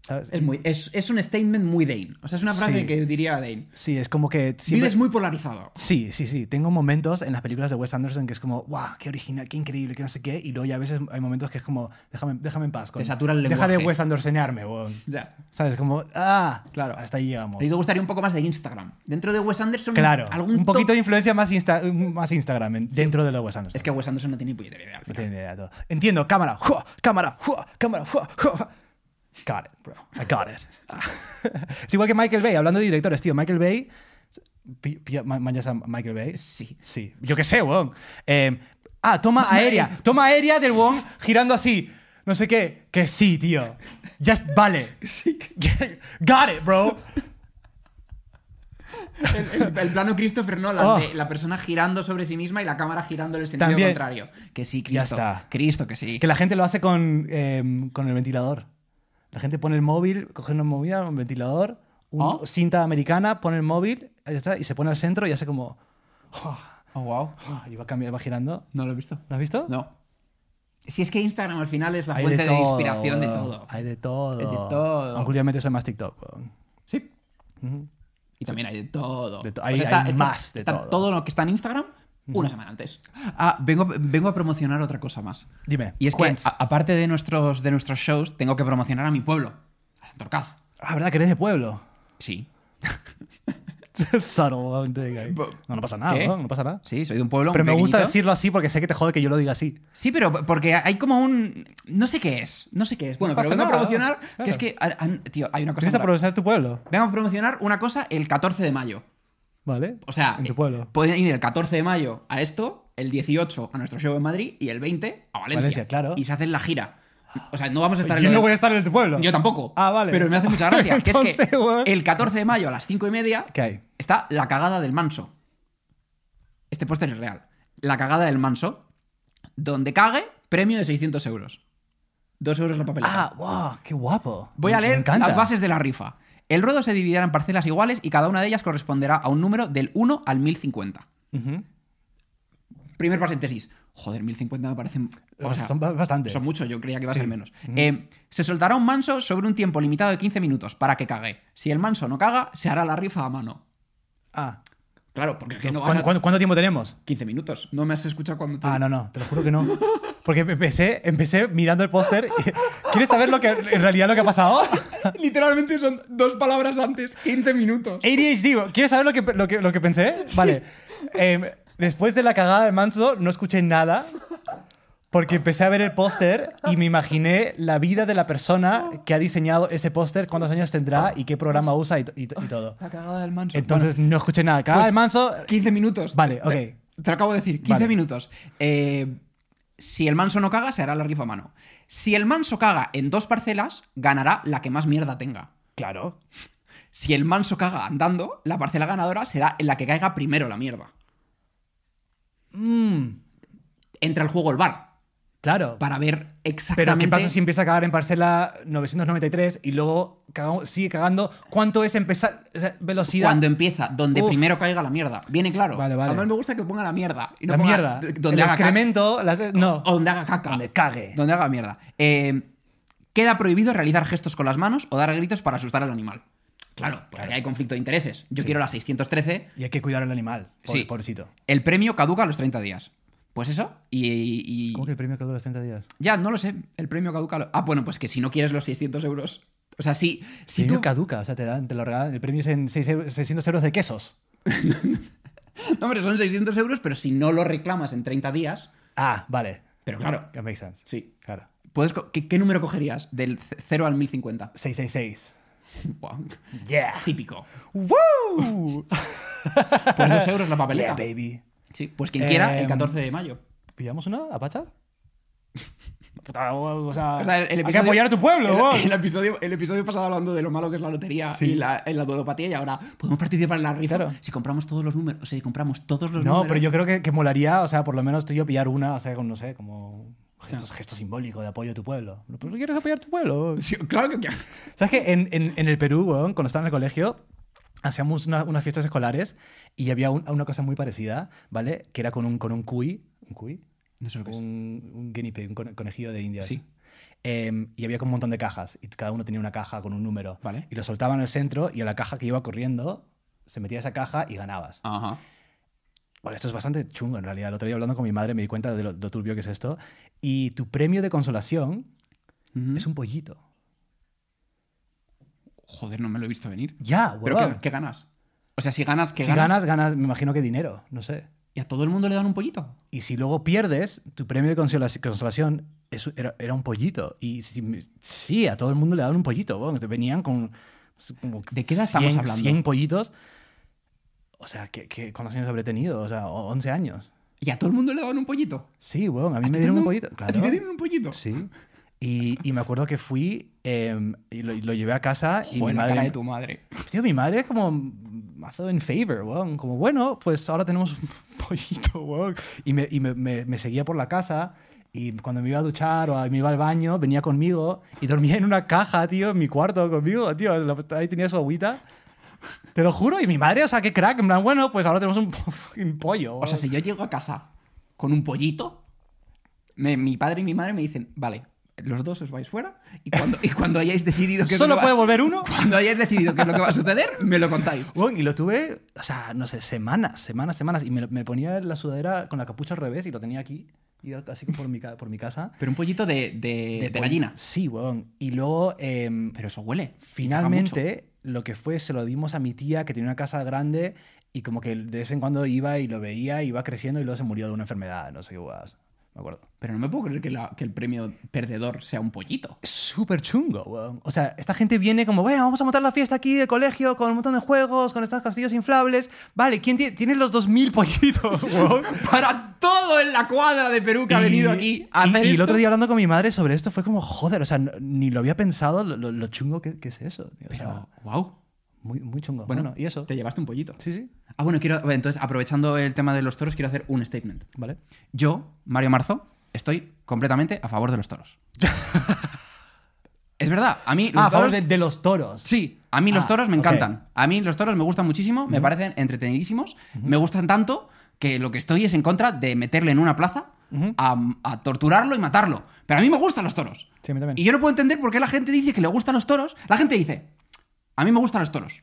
Speaker 3: ¿Sabes?
Speaker 2: Es, muy, es, es un statement muy Dane. O sea, es una frase
Speaker 3: Sí.
Speaker 2: que diría Dane.
Speaker 3: Sí, es como que siempre...
Speaker 2: Vives muy polarizado.
Speaker 3: Sí, sí, sí. Tengo momentos en las películas de Wes Anderson que es como, wow, qué original, qué increíble, qué no sé qué. Y luego ya a veces hay momentos que es como, déjame, déjame en paz. con-
Speaker 2: Te satura el
Speaker 3: Deja de
Speaker 2: lenguaje".
Speaker 3: Wes Andersonearme, weón.
Speaker 2: Ya.
Speaker 3: ¿Sabes? Como, ah,
Speaker 2: Claro.
Speaker 3: Hasta ahí llegamos.
Speaker 2: A ti te gustaría un poco más de Instagram. Dentro de Wes Anderson,
Speaker 3: Claro.
Speaker 2: Mm, algún
Speaker 3: un poquito
Speaker 2: to-
Speaker 3: de influencia más, Insta- más Instagram en- dentro de lo de Wes Anderson.
Speaker 2: Es que Wes Anderson no tiene ni puñetera idea. al
Speaker 3: No
Speaker 2: final.
Speaker 3: tiene ni idea de todo. Entiendo, cámara, ¡jua! cámara, ¡jua! cámara, ¡jua! ¡jua! Got it, bro. I got it. es igual que Michael Bay, hablando de directores, tío. Michael Bay. pi- pi- ma- ¿Manchas a Michael Bay?
Speaker 2: Sí.
Speaker 3: Sí. Yo qué sé, weón. Eh, ah, toma
Speaker 2: eh.
Speaker 3: aérea. Toma aérea del weón girando así. No sé qué. Que sí, tío. Ya es- vale. Sí. Got it, bro.
Speaker 2: El, el- el plano Christopher Nolan,
Speaker 3: Oh.
Speaker 2: de la persona girando sobre sí misma y la cámara girando en el sentido
Speaker 3: También.
Speaker 2: contrario. Que sí,
Speaker 3: Ya
Speaker 2: Cristo.
Speaker 3: está.
Speaker 2: Cristo, que sí.
Speaker 3: Que la gente lo hace con, eh, con el ventilador. La gente pone el móvil, coge una movida, un ventilador, una
Speaker 2: ¿Oh?
Speaker 3: cinta americana, pone el móvil ahí está, y se pone al centro y hace como. oh,
Speaker 2: Oh, wow.
Speaker 3: oh, y va, cambiando, va girando.
Speaker 2: No lo he visto.
Speaker 3: ¿Lo has visto?
Speaker 2: No. Si es que Instagram al final es la
Speaker 3: Hay
Speaker 2: fuente de,
Speaker 3: todo,
Speaker 2: inspiración de
Speaker 3: weón.
Speaker 2: todo.
Speaker 3: Hay de todo.
Speaker 2: Es de todo.
Speaker 3: Aunque últimamente soy más TikTok. weón.
Speaker 2: Sí. Y también hay de todo.
Speaker 3: De to- hay- hay más de
Speaker 2: está
Speaker 3: todo.
Speaker 2: lo que está en Instagram una semana antes. Ah, vengo, vengo a promocionar otra cosa más.
Speaker 3: Dime,
Speaker 2: Y es que,
Speaker 3: cuéntame.
Speaker 2: a- aparte de nuestros, de nuestros shows, tengo que promocionar a mi pueblo, a Santorcaz.
Speaker 3: Ah, ¿verdad? Que eres de pueblo.
Speaker 2: Sí.
Speaker 3: Subtle, weón, te digo ahí.
Speaker 2: Bo-
Speaker 3: No, no pasa nada,
Speaker 2: ¿Qué?
Speaker 3: weón, no pasa nada.
Speaker 2: Sí, soy de un pueblo.
Speaker 3: Pero me gusta
Speaker 2: pequeñito.
Speaker 3: decirlo así porque sé que te jode que yo lo diga así.
Speaker 2: Sí, pero porque hay como un. No sé qué es. No sé qué es. Bueno,
Speaker 3: pasa
Speaker 2: pero vengo
Speaker 3: nada,
Speaker 2: a promocionar.
Speaker 3: claro.
Speaker 2: Que es que. a- a- tío, hay una cosa.
Speaker 3: ¿Quieres
Speaker 2: rara.
Speaker 3: aprovechar tu pueblo?
Speaker 2: Vengo a promocionar una cosa el 14 de mayo.
Speaker 3: ¿Vale?
Speaker 2: O sea,
Speaker 3: En tu
Speaker 2: eh,
Speaker 3: pueblo.
Speaker 2: pueden ir el 14 de mayo a esto, el 18 a nuestro show en Madrid y el 20 a Valencia.
Speaker 3: Valencia, claro.
Speaker 2: Y se hacen la gira. O sea, no vamos a estar
Speaker 3: Yo
Speaker 2: en
Speaker 3: no
Speaker 2: lo-
Speaker 3: voy a estar en tu pueblo.
Speaker 2: Yo tampoco.
Speaker 3: Ah, vale.
Speaker 2: Pero me hace mucha gracia. que es
Speaker 3: Entonces,
Speaker 2: que
Speaker 3: weón.
Speaker 2: el 14 de mayo a las 5 y media
Speaker 3: ¿Qué hay?
Speaker 2: está La Cagada del Manso. Este póster es real. La Cagada del Manso. Donde cague, premio de 600 euros. 2 euros la papeleta.
Speaker 3: Ah, wow, qué guapo.
Speaker 2: Voy a
Speaker 3: Me- me
Speaker 2: leer
Speaker 3: encanta.
Speaker 2: las bases de la rifa. El ruedo se dividirá en parcelas iguales y cada una de ellas corresponderá a un número del 1 al 1050.
Speaker 3: Ujú.
Speaker 2: Primer paréntesis. Joder, 1050 me parecen. o sea,
Speaker 3: son ba- bastante.
Speaker 2: son muchos, yo creía que iba a
Speaker 3: Sí.
Speaker 2: ser menos. Eh, se soltará un manso sobre un tiempo limitado de 15 minutos para que cague. Si el manso no caga, se hará la rifa a mano.
Speaker 3: Ah,
Speaker 2: Claro, porque es que no vas
Speaker 3: ¿cuánto,
Speaker 2: a-
Speaker 3: cuánto- cuánto tiempo tenemos?
Speaker 2: 15 minutos. No me has escuchado cuando te.
Speaker 3: Ah, no, no, te lo juro que no. Porque empecé, empecé mirando el póster. y- ¿Quieres saber lo que en realidad lo que ha pasado?
Speaker 2: Literalmente son dos palabras antes, 15 minutos.
Speaker 3: ADHD, bro. ¿quieres saber lo que, lo que, lo que pensé? Vale. Em, después de la cagada de Manso, no escuché nada. Porque empecé a ver el póster y me imaginé la vida de la persona que ha diseñado ese póster, cuántos años tendrá y qué programa usa y, to- y to- y todo.
Speaker 2: La cagada del manso.
Speaker 3: Entonces no escuché nada. Cagada
Speaker 2: Pues-
Speaker 3: de Manso.
Speaker 2: Bueno, 15 minutos. Te-
Speaker 3: Vale, ok.
Speaker 2: Te lo acabo de decir, 15
Speaker 3: Vale.
Speaker 2: minutos. Eh, si el manso no caga, se hará la rifa a mano. Si el manso caga en dos parcelas, ganará la que más mierda tenga.
Speaker 3: Claro.
Speaker 2: Si el manso caga andando, la parcela ganadora será en la que caiga primero la mierda. Entra al juego el bar
Speaker 3: mm, Claro.
Speaker 2: para ver exactamente.
Speaker 3: Pero ¿qué pasa si empieza a cagar en parcela 993 y luego caga- sigue cagando? ¿Cuánto es empezar? o sea, velocidad.
Speaker 2: Cuando empieza, donde
Speaker 3: Uf.
Speaker 2: primero caiga la mierda. Viene claro.
Speaker 3: Vale, vale.
Speaker 2: Además me gusta que ponga la mierda. y no
Speaker 3: la
Speaker 2: ponga
Speaker 3: mierda.
Speaker 2: Donde
Speaker 3: el
Speaker 2: haga caca.
Speaker 3: excremento. las- no.
Speaker 2: O donde haga caca.
Speaker 3: Donde cague.
Speaker 2: Donde haga mierda. Eh, queda prohibido realizar gestos con las manos o dar gritos para asustar al animal. Claro, porque aquí hay conflicto de intereses. Yo quiero la 613.
Speaker 3: Y hay que cuidar al animal. pobre-
Speaker 2: Sí.
Speaker 3: Pobrecito.
Speaker 2: El premio caduca a los 30 días. Pues eso. Y, y-
Speaker 3: ¿Cómo que el premio que dura los 30 días?
Speaker 2: Ya, no lo sé. El premio caduca. a lo- Ah, bueno, pues que si no quieres los 600 euros. O sea, si, si
Speaker 3: Si
Speaker 2: tú.
Speaker 3: caduca, o sea, te, dan, te lo regalan. El premio es en seis euros- 600 euros de quesos.
Speaker 2: No, hombre, son 600 euros, pero si no lo reclamas en 30 días.
Speaker 3: Ah, vale.
Speaker 2: Pero claro.
Speaker 3: Que makes sense.
Speaker 2: Sí.
Speaker 3: Claro.
Speaker 2: Puedes co- ¿Qué, qué número cogerías? Del c- 0 al 1050.
Speaker 3: 666.
Speaker 2: Guau.
Speaker 3: Yeah.
Speaker 2: Típico.
Speaker 3: ¡Woo!
Speaker 2: Pues 2 euros la papeleta.
Speaker 3: yeah, baby.
Speaker 2: Sí, pues quien quiera,
Speaker 3: Em,
Speaker 2: el 14 de mayo.
Speaker 3: ¿Pillamos una, Apachas? Puta, o sea,
Speaker 2: O sea, el- el
Speaker 3: hay que apoyar a tu pueblo,
Speaker 2: el-
Speaker 3: vos.
Speaker 2: El, episodio, el episodio pasado hablando de lo malo que es la lotería
Speaker 3: Sí.
Speaker 2: y la, en la ludopatía y ahora podemos participar en la rifa
Speaker 3: Claro.
Speaker 2: si compramos todos los números. O sea, si compramos todos los números.
Speaker 3: No, pero yo creo que, que molaría, o sea, por lo menos tú y yo pillar una, o sea, con, no sé, como
Speaker 2: Ah.
Speaker 3: gestos, gesto simbólico de apoyo a tu pueblo. ¿Por qué quieres apoyar a tu pueblo?
Speaker 2: Sí, claro que quiero.
Speaker 3: ¿Sabes que en, en- en el Perú, weón, cuando estaba en el colegio, hacíamos una- unas fiestas escolares y había un- una cosa muy parecida, ¿vale? Que era con un, con un cuy. ¿Un cuy?
Speaker 2: No sé lo que es.
Speaker 3: un, un guinea pig, un cone- conejillo de indias.
Speaker 2: Sí.
Speaker 3: Em, y había como un montón de cajas y cada uno tenía una caja con un número.
Speaker 2: Vale.
Speaker 3: Y lo soltaban al centro y a la caja que iba corriendo se metía esa caja y ganabas.
Speaker 2: Ajá.
Speaker 3: Bueno, esto es bastante chungo en realidad. El otro día hablando con mi madre me di cuenta de lo, lo turbio que es esto. Y tu premio de consolación
Speaker 2: Ujú.
Speaker 3: es un pollito.
Speaker 2: Joder, no me lo he visto venir.
Speaker 3: Ya,
Speaker 2: Pero
Speaker 3: huevón.
Speaker 2: ¿qué, qué ganas? O sea, si ganas, ¿qué
Speaker 3: Pues Si
Speaker 2: ganas?
Speaker 3: ganas, ganas, me imagino que dinero, no sé.
Speaker 2: ¿Y a todo el mundo le dan un pollito?
Speaker 3: Y si luego pierdes, tu premio de consolaci- consolación es- era, era un pollito. Y sí, sí, a todo el mundo le daban un pollito. Bueno, te venían con. pues, como
Speaker 2: ¿De qué edad estamos
Speaker 3: 100
Speaker 2: hablando?
Speaker 3: 100 pollitos. O sea, ¿qué, qué, cuántos años habré tenido? O sea, o- 11 años.
Speaker 2: Y a todo el mundo le daban un pollito.
Speaker 3: Sí, bueno, a
Speaker 2: ¿A
Speaker 3: mí
Speaker 2: ti
Speaker 3: me
Speaker 2: te
Speaker 3: dieron un
Speaker 2: dan
Speaker 3: pollito.
Speaker 2: ¿A ti
Speaker 3: Claro.
Speaker 2: te dieron un pollito?
Speaker 3: Sí. Y, y me acuerdo que fui em, y, lo, y lo llevé a casa y
Speaker 2: Joder,
Speaker 3: mi
Speaker 2: la cara
Speaker 3: madre,
Speaker 2: de tu madre.
Speaker 3: Tío, mi madre es como mazo en favor, weón. Como, bueno, pues ahora tenemos un pollito, weón. Y, me, y me- me- me seguía por la casa y cuando me iba a duchar o me iba al baño, venía conmigo y dormía en una caja, tío, en mi cuarto conmigo, tío. La- Ahí tenía su agüita. Te lo juro. Y mi madre, o sea, qué crack. En plan, bueno, pues ahora tenemos un po- fucking pollo,
Speaker 2: O sea,
Speaker 3: weón.
Speaker 2: si yo llego a casa con un pollito, me- mi padre y mi madre me dicen, vale, los dos os vais fuera y cuando, y cuando hayáis decidido que...
Speaker 3: Solo puede volver uno.
Speaker 2: Cuando hayáis decidido qué es lo que va a suceder, me lo contáis.
Speaker 3: Weón, y lo tuve, o sea, no sé, semanas, semanas, semanas. Y me, me ponía la sudadera con la capucha al revés y lo tenía aquí. Iba así por mi, ca- por mi casa.
Speaker 2: Pero un pollito de, de, de
Speaker 3: poll-
Speaker 2: gallina.
Speaker 3: Sí, weón. Y luego, em,
Speaker 2: Pero eso huele. Y caga
Speaker 3: finalmente, lo que fue, se lo dimos a mi tía, que tenía una casa grande, y como que de vez en cuando iba y lo veía, iba creciendo, y luego se murió de una enfermedad, no sé qué guas. Me acuerdo.
Speaker 2: mucho. Pero no me puedo creer que, la- que el premio perdedor sea un pollito.
Speaker 3: Es súper chungo, weón. O sea, esta gente viene como, bueno, vamos a montar la fiesta aquí del colegio con un montón de juegos, con estos castillos inflables. Vale, ¿quién tie- tiene los 2.000 pollitos, weón?
Speaker 2: Para todo en la cuadra de Perú que ha
Speaker 3: Y-
Speaker 2: venido aquí a
Speaker 3: y-
Speaker 2: hacer
Speaker 3: y el
Speaker 2: esto.
Speaker 3: otro día hablando con mi madre sobre esto fue como, joder, o sea, no- ni lo había pensado lo, lo- lo chungo que, que es eso. tío. O sea,
Speaker 2: Pero, wow.
Speaker 3: Muy, muy chungo.
Speaker 2: Bueno,
Speaker 3: Bueno, ¿y eso?
Speaker 2: Te llevaste un pollito.
Speaker 3: Sí, sí.
Speaker 2: Ah, bueno, quiero. bueno, Entonces, aprovechando el tema de los toros, quiero hacer un statement.
Speaker 3: Vale.
Speaker 2: Ah, Yo, Mario Marzo, estoy completamente a favor de los toros. es verdad, a mí.
Speaker 3: Ah,
Speaker 2: Los
Speaker 3: a favor
Speaker 2: toros,
Speaker 3: de, de los toros.
Speaker 2: Sí, a mí los
Speaker 3: Ah,
Speaker 2: toros me
Speaker 3: ok.
Speaker 2: encantan. A mí los toros me gustan muchísimo, me parecen entretenidísimos, me gustan tanto que lo que estoy es en contra de meterle en una plaza a, a torturarlo y matarlo. Pero a mí me gustan los toros.
Speaker 3: Sí, a mí también.
Speaker 2: Y yo no puedo entender por qué la gente dice que le gustan los toros. La gente dice, a mí me gustan los toros.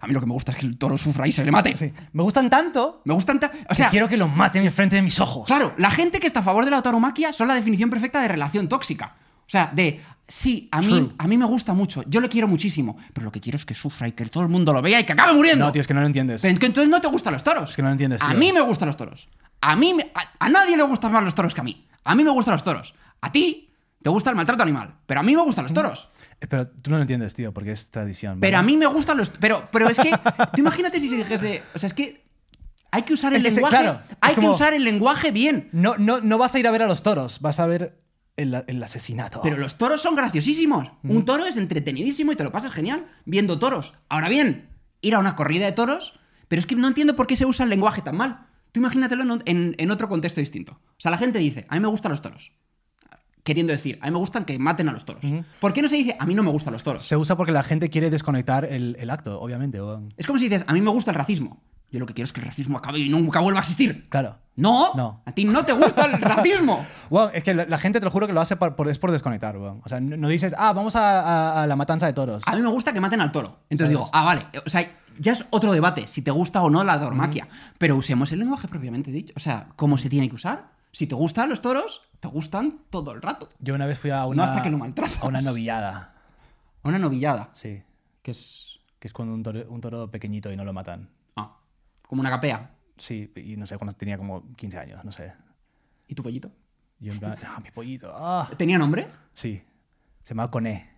Speaker 2: A mí lo que me gusta es que el toro sufra y se le mate.
Speaker 3: Sí. Me gustan tanto
Speaker 2: Me gustan... ta- O
Speaker 3: que
Speaker 2: sea,
Speaker 3: quiero que los maten enfrente de mis ojos.
Speaker 2: Claro, la gente que está a favor de la tauromaquia son la definición perfecta de relación tóxica. O sea, de, sí, a mí,
Speaker 3: True.
Speaker 2: a mí me gusta mucho, yo le quiero muchísimo, pero lo que quiero es que sufra y que todo el mundo lo vea y que acabe muriendo.
Speaker 3: No, tío, es que no lo entiendes.
Speaker 2: Pero es que entonces no te gustan los toros.
Speaker 3: Es que no lo entiendes,
Speaker 2: A
Speaker 3: tío.
Speaker 2: mí me gustan los toros. A mí, me- a, a nadie le gustan más los toros que a mí. A mí me gustan los toros. A ti te gusta el maltrato animal, pero a mí me gustan los toros.
Speaker 3: Eh, Pero tú no lo entiendes, tío, porque es tradición. ¿vale?
Speaker 2: Pero a mí me gustan los. Pero, pero es que. Tú imagínate si se dijese. O sea, es que. Hay que usar el
Speaker 3: Es que se-
Speaker 2: lenguaje.
Speaker 3: claro, es
Speaker 2: hay
Speaker 3: como-
Speaker 2: que usar el lenguaje bien.
Speaker 3: No, no, no vas a ir a ver a los toros, vas a ver el, el asesinato.
Speaker 2: Pero los toros son graciosísimos. Un toro es entretenidísimo y te lo pasas genial viendo toros. Ahora bien, ir a una corrida de toros. Pero es que no entiendo por qué se usa el lenguaje tan mal. Tú imagínatelo en, un- en- en otro contexto distinto. O sea, la gente dice, a mí me gustan los toros. Queriendo decir, a mí me gustan que maten a los toros. ¿Por qué no se dice, a mí no me gustan los toros?
Speaker 3: Se usa porque la gente quiere desconectar el, el acto, obviamente. weón.
Speaker 2: Es como si dices, a mí me gusta el racismo. Yo lo que quiero es que el racismo acabe y nunca vuelva a existir.
Speaker 3: Claro.
Speaker 2: No,
Speaker 3: No.
Speaker 2: a ti no te gusta el racismo.
Speaker 3: Wow, es que la, la gente, te lo juro, que lo hace por- por- es por desconectar, weón. O sea, no, no dices, ah, vamos a, a- a la matanza de toros.
Speaker 2: A mí me gusta que maten al toro. Entonces digo, ah, vale. O sea, ya es otro debate, si te gusta o no la dormaquia. Pero usemos el lenguaje propiamente dicho. O sea, cómo se tiene que usar. Si te gustan los toros, te gustan todo el rato.
Speaker 3: Yo una vez fui a una,
Speaker 2: hasta que lo maltratas.
Speaker 3: a una novillada.
Speaker 2: A Una novillada.
Speaker 3: Sí. Que es, que es cuando un toro, un toro pequeñito y no lo matan.
Speaker 2: Ah, como una capea.
Speaker 3: Sí, y no sé, cuando tenía como 15 años, no sé.
Speaker 2: ¿Y tu pollito?
Speaker 3: Yo en plan, ah, mi pollito, ah.
Speaker 2: ¿Tenía nombre?
Speaker 3: Sí, se llama Coné.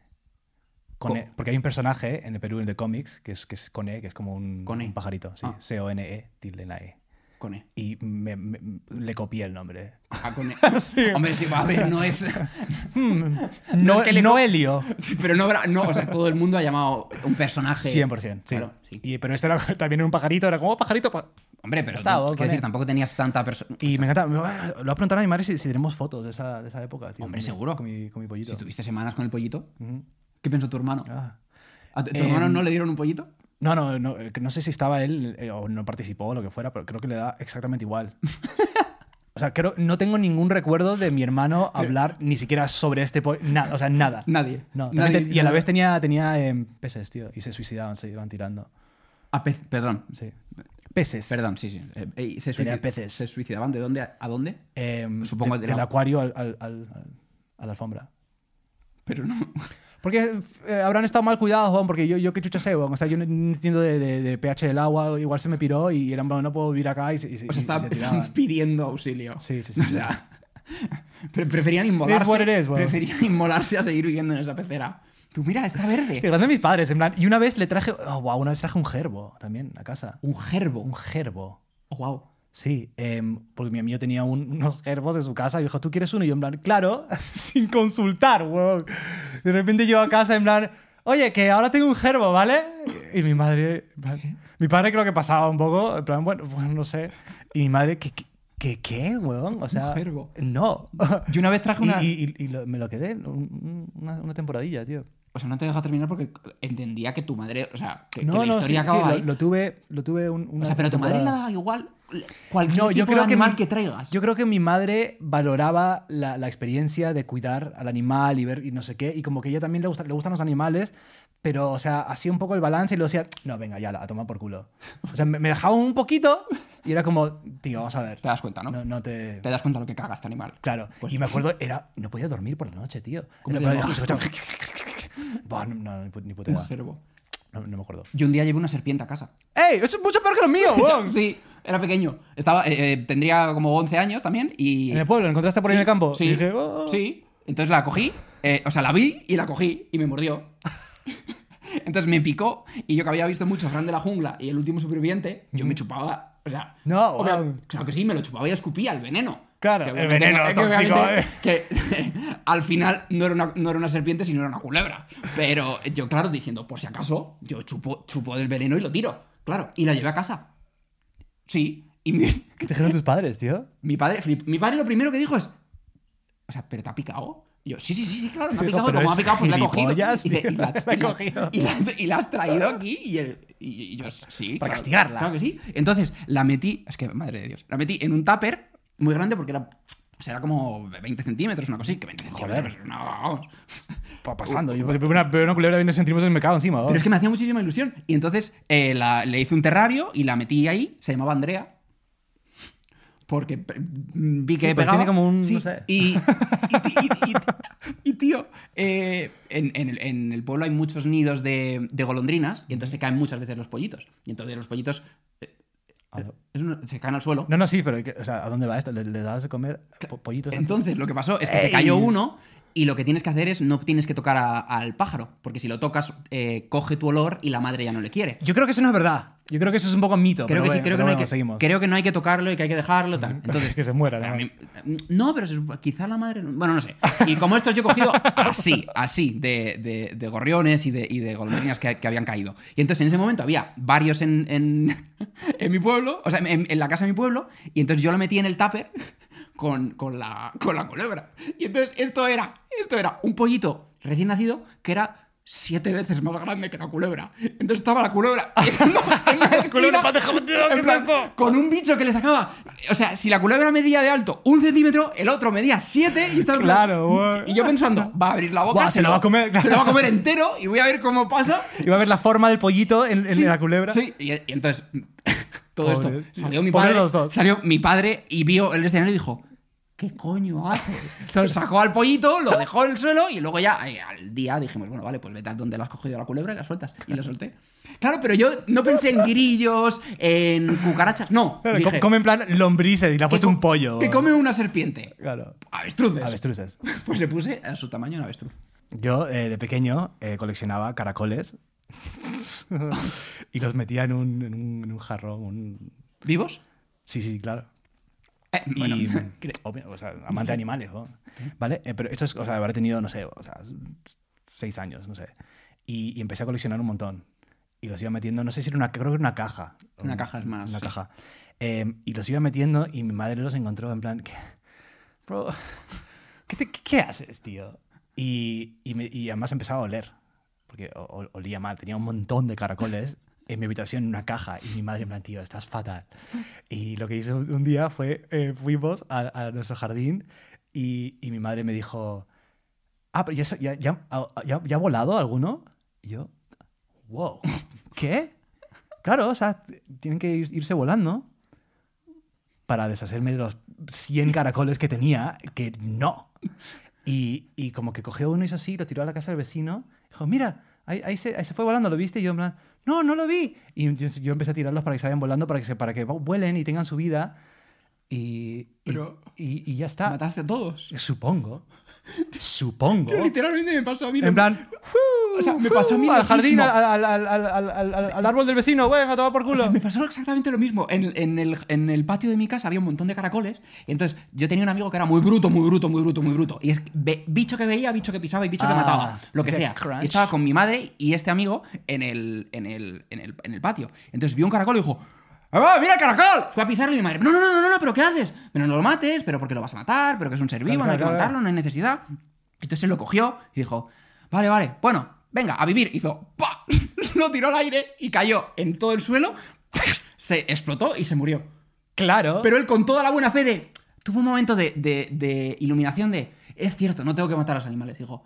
Speaker 3: Coné,
Speaker 2: Co-
Speaker 3: porque hay un personaje en el Perú, en el de cómics, que es, que es Coné, que es como un,
Speaker 2: Coné.
Speaker 3: un pajarito. Sí,
Speaker 2: Ah.
Speaker 3: C-O-N-E, tilde en la E.
Speaker 2: Cone.
Speaker 3: Y me- me- le copié el nombre.
Speaker 2: Ah, cone. Hombre, sí, a ver, no es.
Speaker 3: No,
Speaker 2: es que le co-
Speaker 3: Noelio.
Speaker 2: Sí, pero no, habrá- no, o sea, todo el mundo ha llamado un personaje.
Speaker 3: 100%, sí.
Speaker 2: Claro, sí.
Speaker 3: Y, pero este era también era un pajarito, era como "Oh, pajarito. pa-
Speaker 2: Hombre, pero
Speaker 3: Está,
Speaker 2: tú-
Speaker 3: o
Speaker 2: quiero
Speaker 3: con
Speaker 2: decir,
Speaker 3: él.
Speaker 2: tampoco tenías tanta persona.
Speaker 3: Y me encanta. me va- Lo voy a preguntar a mi madre si, si tenemos fotos de esa, de esa época. Tío,
Speaker 2: Hombre,
Speaker 3: con mi-
Speaker 2: seguro.
Speaker 3: Con mi, con mi pollito.
Speaker 2: Si tuviste semanas con el pollito,
Speaker 3: Ujú.
Speaker 2: ¿qué pensó tu hermano?
Speaker 3: Ah.
Speaker 2: ¿A tu, tu
Speaker 3: Em,
Speaker 2: hermano no le dieron un pollito?
Speaker 3: No, no, no, eh, no sé si estaba él eh, o no participó o lo que fuera, pero creo que le da exactamente igual. O sea, creo, no tengo ningún recuerdo de mi hermano hablar ni siquiera sobre este po- nada, o sea, nada.
Speaker 2: Nadie.
Speaker 3: No,
Speaker 2: Nadie-
Speaker 3: también te- y a la
Speaker 2: nadie.
Speaker 3: vez tenía, tenía em, peces, tío, y se suicidaban, se iban tirando.
Speaker 2: Ah, pe- perdón.
Speaker 3: Sí. Peces.
Speaker 2: Perdón, sí, sí. Eh, eh, se,
Speaker 3: Tenía
Speaker 2: suicid-
Speaker 3: peces.
Speaker 2: se suicidaban. ¿De dónde a, a dónde?
Speaker 3: Em,
Speaker 2: Supongo
Speaker 3: de-
Speaker 2: de la-
Speaker 3: del acuario al, al- al- al- a la alfombra.
Speaker 2: Pero no.
Speaker 3: Porque eh, habrán estado mal cuidados, Juan, porque yo, yo qué chucha sé, Juan. O sea, yo no no entiendo de, de- de pH del agua, igual se me piró y eran, bueno, no puedo vivir acá y, se- y se-
Speaker 2: O sea,
Speaker 3: y se
Speaker 2: estaban,
Speaker 3: tiraban.
Speaker 2: estaban pidiendo auxilio.
Speaker 3: Sí, sí, sí.
Speaker 2: O sea, Pre- preferían inmolarse.
Speaker 3: It is what it is, bueno.
Speaker 2: Preferían inmolarse a seguir viviendo en esa pecera. Tú, mira, está
Speaker 3: Qué
Speaker 2: verde.
Speaker 3: grande mis padres, en plan. Y una vez le traje. Oh, wow, una vez traje un gerbo también a casa.
Speaker 2: Un gerbo.
Speaker 3: Un gerbo.
Speaker 2: Oh, wow.
Speaker 3: Sí, em, porque mi amigo tenía un- unos gerbos en su casa y dijo, ¿tú quieres uno? Y yo en plan, claro, sin consultar, weón. De repente yo a casa en plan, oye, que ahora tengo un gerbo, ¿vale? Y mi madre, en plan- mi padre creo que pasaba un poco, en plan, bueno, bueno, no sé. Y mi madre, ¿qué, qué- qué, qué, weón? O sea,
Speaker 2: gerbo.
Speaker 3: No.
Speaker 2: Yo una vez traje una.
Speaker 3: Y, y- y- y lo- me lo quedé un- una, una temporadilla, tío.
Speaker 2: O sea, no te dejo terminar porque entendía que tu madre. O sea, que, que
Speaker 3: No,
Speaker 2: la
Speaker 3: no,
Speaker 2: historia
Speaker 3: sí,
Speaker 2: acaba
Speaker 3: sí,
Speaker 2: ahí.
Speaker 3: lo, lo tuve, lo tuve un, una
Speaker 2: o sea, pero tu madre le
Speaker 3: temporada.
Speaker 2: daba igual cualquier
Speaker 3: No,
Speaker 2: tipo
Speaker 3: yo creo
Speaker 2: de
Speaker 3: que
Speaker 2: animal
Speaker 3: mi-
Speaker 2: que traigas.
Speaker 3: Yo creo que mi madre valoraba la, la experiencia de cuidar al animal y ver y no sé qué, y como que ella también le, gusta- le gustan los animales, pero, o sea, hacía un poco el balance y luego decía, no, venga, ya, la, a tomar por culo. O sea, me, me dejaba un poquito y era como, tío, vamos a ver.
Speaker 2: Te das cuenta, ¿no?
Speaker 3: No, no te...
Speaker 2: Te das cuenta lo que caga este animal.
Speaker 3: Claro.
Speaker 2: Pues-
Speaker 3: y me acuerdo, era, no podía dormir por la noche, tío.
Speaker 2: ¿Cómo
Speaker 3: Era-
Speaker 2: te
Speaker 3: pero-
Speaker 2: llamabas?
Speaker 3: Buah, no, no, ni pu- ni puta
Speaker 2: Un
Speaker 3: idea.
Speaker 2: gerbo.
Speaker 3: No, no me acuerdo.
Speaker 2: Yo un día llevé una serpiente a casa.
Speaker 3: ¡Ey! Eso es mucho peor que lo mío, weón.
Speaker 2: Sí, era pequeño. Estaba, eh, eh, tendría como 11 años también y...
Speaker 3: En el pueblo, ¿lo encontraste por ahí en el campo?
Speaker 2: Sí,
Speaker 3: Y dije, "Oh".
Speaker 2: sí. Entonces la cogí, eh, o sea, la vi y la cogí y me mordió. Entonces me picó y yo que había visto mucho Fran de la jungla y el último superviviente, yo me chupaba... O sea,
Speaker 3: No,
Speaker 2: obvia-
Speaker 3: wow.
Speaker 2: claro que sí, me lo chupaba y escupía el veneno.
Speaker 3: Claro,
Speaker 2: Que
Speaker 3: el
Speaker 2: obviamente
Speaker 3: veneno
Speaker 2: que obviamente-
Speaker 3: tóxico, eh.
Speaker 2: que al final no era, una, no era una serpiente, sino era una culebra. Pero yo, claro, diciendo, por si acaso, yo chupo, chupo del veneno y lo tiro. Claro, y la llevé a casa. Sí, y mi,
Speaker 3: ¿Qué te dijeron tus padres, tío?
Speaker 2: mi padre flip- mi padre lo primero que dijo es, o sea, ¿pero te ha picado? Y yo, sí, sí, sí, sí, claro, me ha
Speaker 3: Dijo,
Speaker 2: picado,
Speaker 3: "Pero
Speaker 2: como ha
Speaker 3: es
Speaker 2: picado, pues la he cogido.
Speaker 3: gilipollas,
Speaker 2: Y dice,
Speaker 3: tío,
Speaker 2: "Y la-
Speaker 3: la he
Speaker 2: y la-
Speaker 3: cogido".
Speaker 2: Y la, y la has traído aquí y, el- y- y yo, sí.
Speaker 3: Para
Speaker 2: claro,
Speaker 3: castigarla.
Speaker 2: Claro que sí. Entonces, la metí, es que, madre de Dios, la metí en un tupper muy grande porque era... O sea, era como 20 centímetros, una cosa así, que 20 centímetros. No, vamos.
Speaker 3: Pa- pasando. Yo veo una, veo una culebra de 20 centímetros en el mercado encima.
Speaker 2: Pero es que me hacía muchísima ilusión. Y entonces eh, la- le hice un terrario y la metí ahí. Se llamaba Andrea. Porque pe- mm, vi que
Speaker 3: Sí, porque
Speaker 2: pegaba.
Speaker 3: tiene como un-
Speaker 2: Sí,
Speaker 3: no sé.
Speaker 2: y, y ti- y- y- y, tío, eh, en, en el, en el pueblo hay muchos nidos de, de golondrinas y entonces se caen muchas veces los pollitos. Y entonces los pollitos eh, es un- se caen al suelo.
Speaker 3: No, no, sí, pero que- o sea, ¿a dónde va esto? ¿Le, le das de comer po- pollitos? a-
Speaker 2: Entonces lo que pasó es que
Speaker 3: Ey.
Speaker 2: se cayó uno y lo que tienes que hacer es no tienes que tocar a- al pájaro. Porque si lo tocas, eh, coge tu olor y la madre ya no le quiere.
Speaker 3: Yo creo que eso no es verdad. Yo creo que eso es un poco mito.
Speaker 2: Creo
Speaker 3: pero
Speaker 2: que sí, creo
Speaker 3: bueno, pero
Speaker 2: que, no hay
Speaker 3: bueno,
Speaker 2: que,
Speaker 3: seguimos.
Speaker 2: creo que no hay que tocarlo y que hay que dejarlo. Tal. Entonces,
Speaker 3: Que se muera, ¿no?
Speaker 2: a mí- no, pero se supo- quizá la madre. no- Bueno, no sé. Y como estos yo he cogido así, así, de, de- de gorriones y de, y de golondrinas que, que habían caído. Y entonces en ese momento había varios en, en, en mi pueblo, o sea, en, en la casa de mi pueblo, y entonces yo lo metí en el tupper con, con, la, con la culebra. Y entonces esto era, esto era un pollito recién nacido que era siete veces más grande que la culebra. Entonces estaba la culebra. en la- en la
Speaker 3: Culebra,
Speaker 2: esquina,
Speaker 3: pateja, pateja,
Speaker 2: en
Speaker 3: ¿qué es
Speaker 2: plan,
Speaker 3: esto?
Speaker 2: con un bicho que le sacaba. O sea, si la culebra medía de alto un centímetro, el otro medía siete y estaba en plan-
Speaker 3: Claro, güey.
Speaker 2: Y yo pensando, va a abrir la boca,
Speaker 3: Buah, se la va a comer, claro.
Speaker 2: se la va a comer entero y voy a ver cómo pasa.
Speaker 3: Iba a ver la forma del pollito en, en
Speaker 2: Sí,
Speaker 3: la culebra.
Speaker 2: Sí, y, y entonces todo
Speaker 3: Pobres,
Speaker 2: esto
Speaker 3: tío.
Speaker 2: salió mi
Speaker 3: Pobres
Speaker 2: padre,
Speaker 3: los dos.
Speaker 2: salió mi padre y vio el escenario y dijo, ¿qué coño hace? Entonces sacó al pollito, lo dejó en el suelo y luego ya eh, al día dijimos, bueno, vale, pues vete a donde la has cogido la culebra y la sueltas y la solté. Claro, pero yo no pensé en grillos, en cucarachas, no.
Speaker 3: Claro,
Speaker 2: dije,
Speaker 3: co- come en plan lombrices y le ha
Speaker 2: que
Speaker 3: puesto un
Speaker 2: co-
Speaker 3: pollo.
Speaker 2: Que come una serpiente.
Speaker 3: Claro.
Speaker 2: Avestruces.
Speaker 3: Avestruces.
Speaker 2: Pues le puse a su tamaño un avestruz.
Speaker 3: Yo eh, de pequeño eh, coleccionaba caracoles y los metía en un, en un, en un jarrón. un-
Speaker 2: ¿Vivos?
Speaker 3: Sí, sí, claro.
Speaker 2: Eh,
Speaker 3: Y,
Speaker 2: bueno,
Speaker 3: cre- obvio, o sea, amante de animales, ¿no? ¿vale? Eh, pero esto es, o sea, habré tenido, no sé, o sea, seis años, no sé. Y, y empecé a coleccionar un montón. Y los iba metiendo, no sé si era una, creo que era una caja.
Speaker 2: Una caja es más,
Speaker 3: Una
Speaker 2: sí.
Speaker 3: caja. Eh, y los iba metiendo y mi madre los encontró en plan, ¿qué, bro, ¿qué, te- qué- qué haces, tío? Y, y me- y además empezaba a oler, porque o- o- olía mal, tenía un montón de caracoles en mi habitación en una caja y mi madre en plan, tío, estás fatal. Y lo que hice un un día fue, eh, fuimos a, a nuestro jardín y, y mi madre me dijo, ah, pero ya, sa- ya, ya, ah, ya- ya ha volado alguno. Y yo, wow, ¿qué? Claro, o sea, t- tienen que ir- irse volando para deshacerme de los 100 caracoles que tenía, que no. Y, y como que cogió uno y hizo así, lo tiró a la casa del vecino. Dijo, mira, ahí, ahí se, ahí se fue volando, ¿lo viste? Y yo en plan, no, no lo vi. Y yo, yo empecé a tirarlos para que se vayan volando, para que, se, para que vuelen y tengan su vida. Y, y-
Speaker 2: Pero-
Speaker 3: y- y ya está.
Speaker 2: Mataste a todos.
Speaker 3: Supongo. Supongo.
Speaker 2: Yo literalmente me pasó a mí.
Speaker 3: Oh. En plan,
Speaker 2: o sea, me pasó a mí.
Speaker 3: al
Speaker 2: lo
Speaker 3: jardín,
Speaker 2: mismo.
Speaker 3: al, al- al- al- al- al- al- al árbol del vecino, güey, a tomar por
Speaker 2: O
Speaker 3: culo.
Speaker 2: sea, me pasó exactamente lo mismo. En, en el, en el patio de mi casa había un montón de caracoles. Y entonces yo tenía un amigo que era muy bruto, muy bruto, muy bruto, muy bruto. Y es que ve- bicho que veía, bicho que pisaba y bicho que
Speaker 3: Ah,
Speaker 2: mataba. Lo que
Speaker 3: ese
Speaker 2: sea.
Speaker 3: crunch.
Speaker 2: Y estaba con mi madre y este amigo en el, en el, en el, en el patio. Entonces vio un caracol y dijo. "Ah, va, ¡Mira el caracol! Fue a pisarle y mi madre. No, no, no, no, no, pero ¿qué haces? Pero no lo mates, pero porque lo vas a matar, pero que es un ser vivo,
Speaker 3: Claro,
Speaker 2: no hay que
Speaker 3: claro, claro.
Speaker 2: matarlo, no hay necesidad. Entonces él lo cogió y dijo, vale, vale, bueno, venga, a vivir. Hizo, ¡pa! Lo tiró al aire y cayó en todo el suelo, se explotó y se murió.
Speaker 3: claro.
Speaker 2: Pero él con toda la buena fe de... Tuvo un momento de, de- de iluminación de, es cierto, no tengo que matar a los animales. Dijo,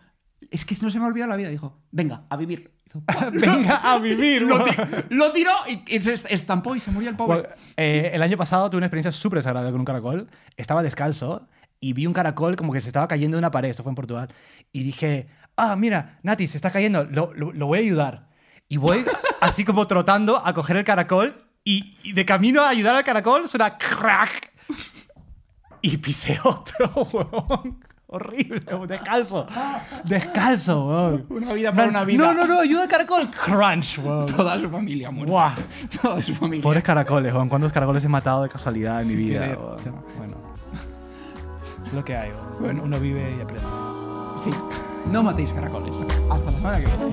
Speaker 2: es que no se me ha olvidado la vida. Dijo, venga, a vivir. Hizo, ¡pa!
Speaker 3: Venga a vivir.
Speaker 2: Lo,
Speaker 3: güey.
Speaker 2: ti- lo tiró y, y se estampó y se murió el pobre.
Speaker 3: Bueno, eh, el año pasado tuve una experiencia súper desagradable con un caracol. Estaba descalzo y vi un caracol como que se estaba cayendo de una pared. Esto fue en Portugal. Y dije, ah, mira, Nati, se está cayendo. Lo, lo- lo voy a ayudar. Y voy así como trotando a coger el caracol. Y, y de camino a ayudar al caracol suena crack. Y pisé otro, huevón. Horrible, huevón. descalzo. Descalzo, huevón.
Speaker 2: Una vida por una vida.
Speaker 3: No, no, no, ayuda al caracol. Crunch, huevón.
Speaker 2: Toda su familia muerta.
Speaker 3: Buah.
Speaker 2: Toda su familia.
Speaker 3: Pobres caracoles, Juan. ¿Cuántos caracoles he matado de casualidad en
Speaker 2: Sin
Speaker 3: mi vida?
Speaker 2: querer.
Speaker 3: Juan? Bueno. Es lo que hay, Juan.
Speaker 2: Bueno.
Speaker 3: Uno vive y aprende.
Speaker 2: Sí, no matéis caracoles. Hasta la semana que viene.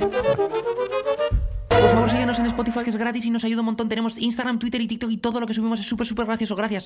Speaker 2: Por favor, síguenos en Spotify, que es gratis y nos ayuda un montón. Tenemos Instagram, Twitter y TikTok y todo lo que subimos es súper, súper gracioso. Gracias.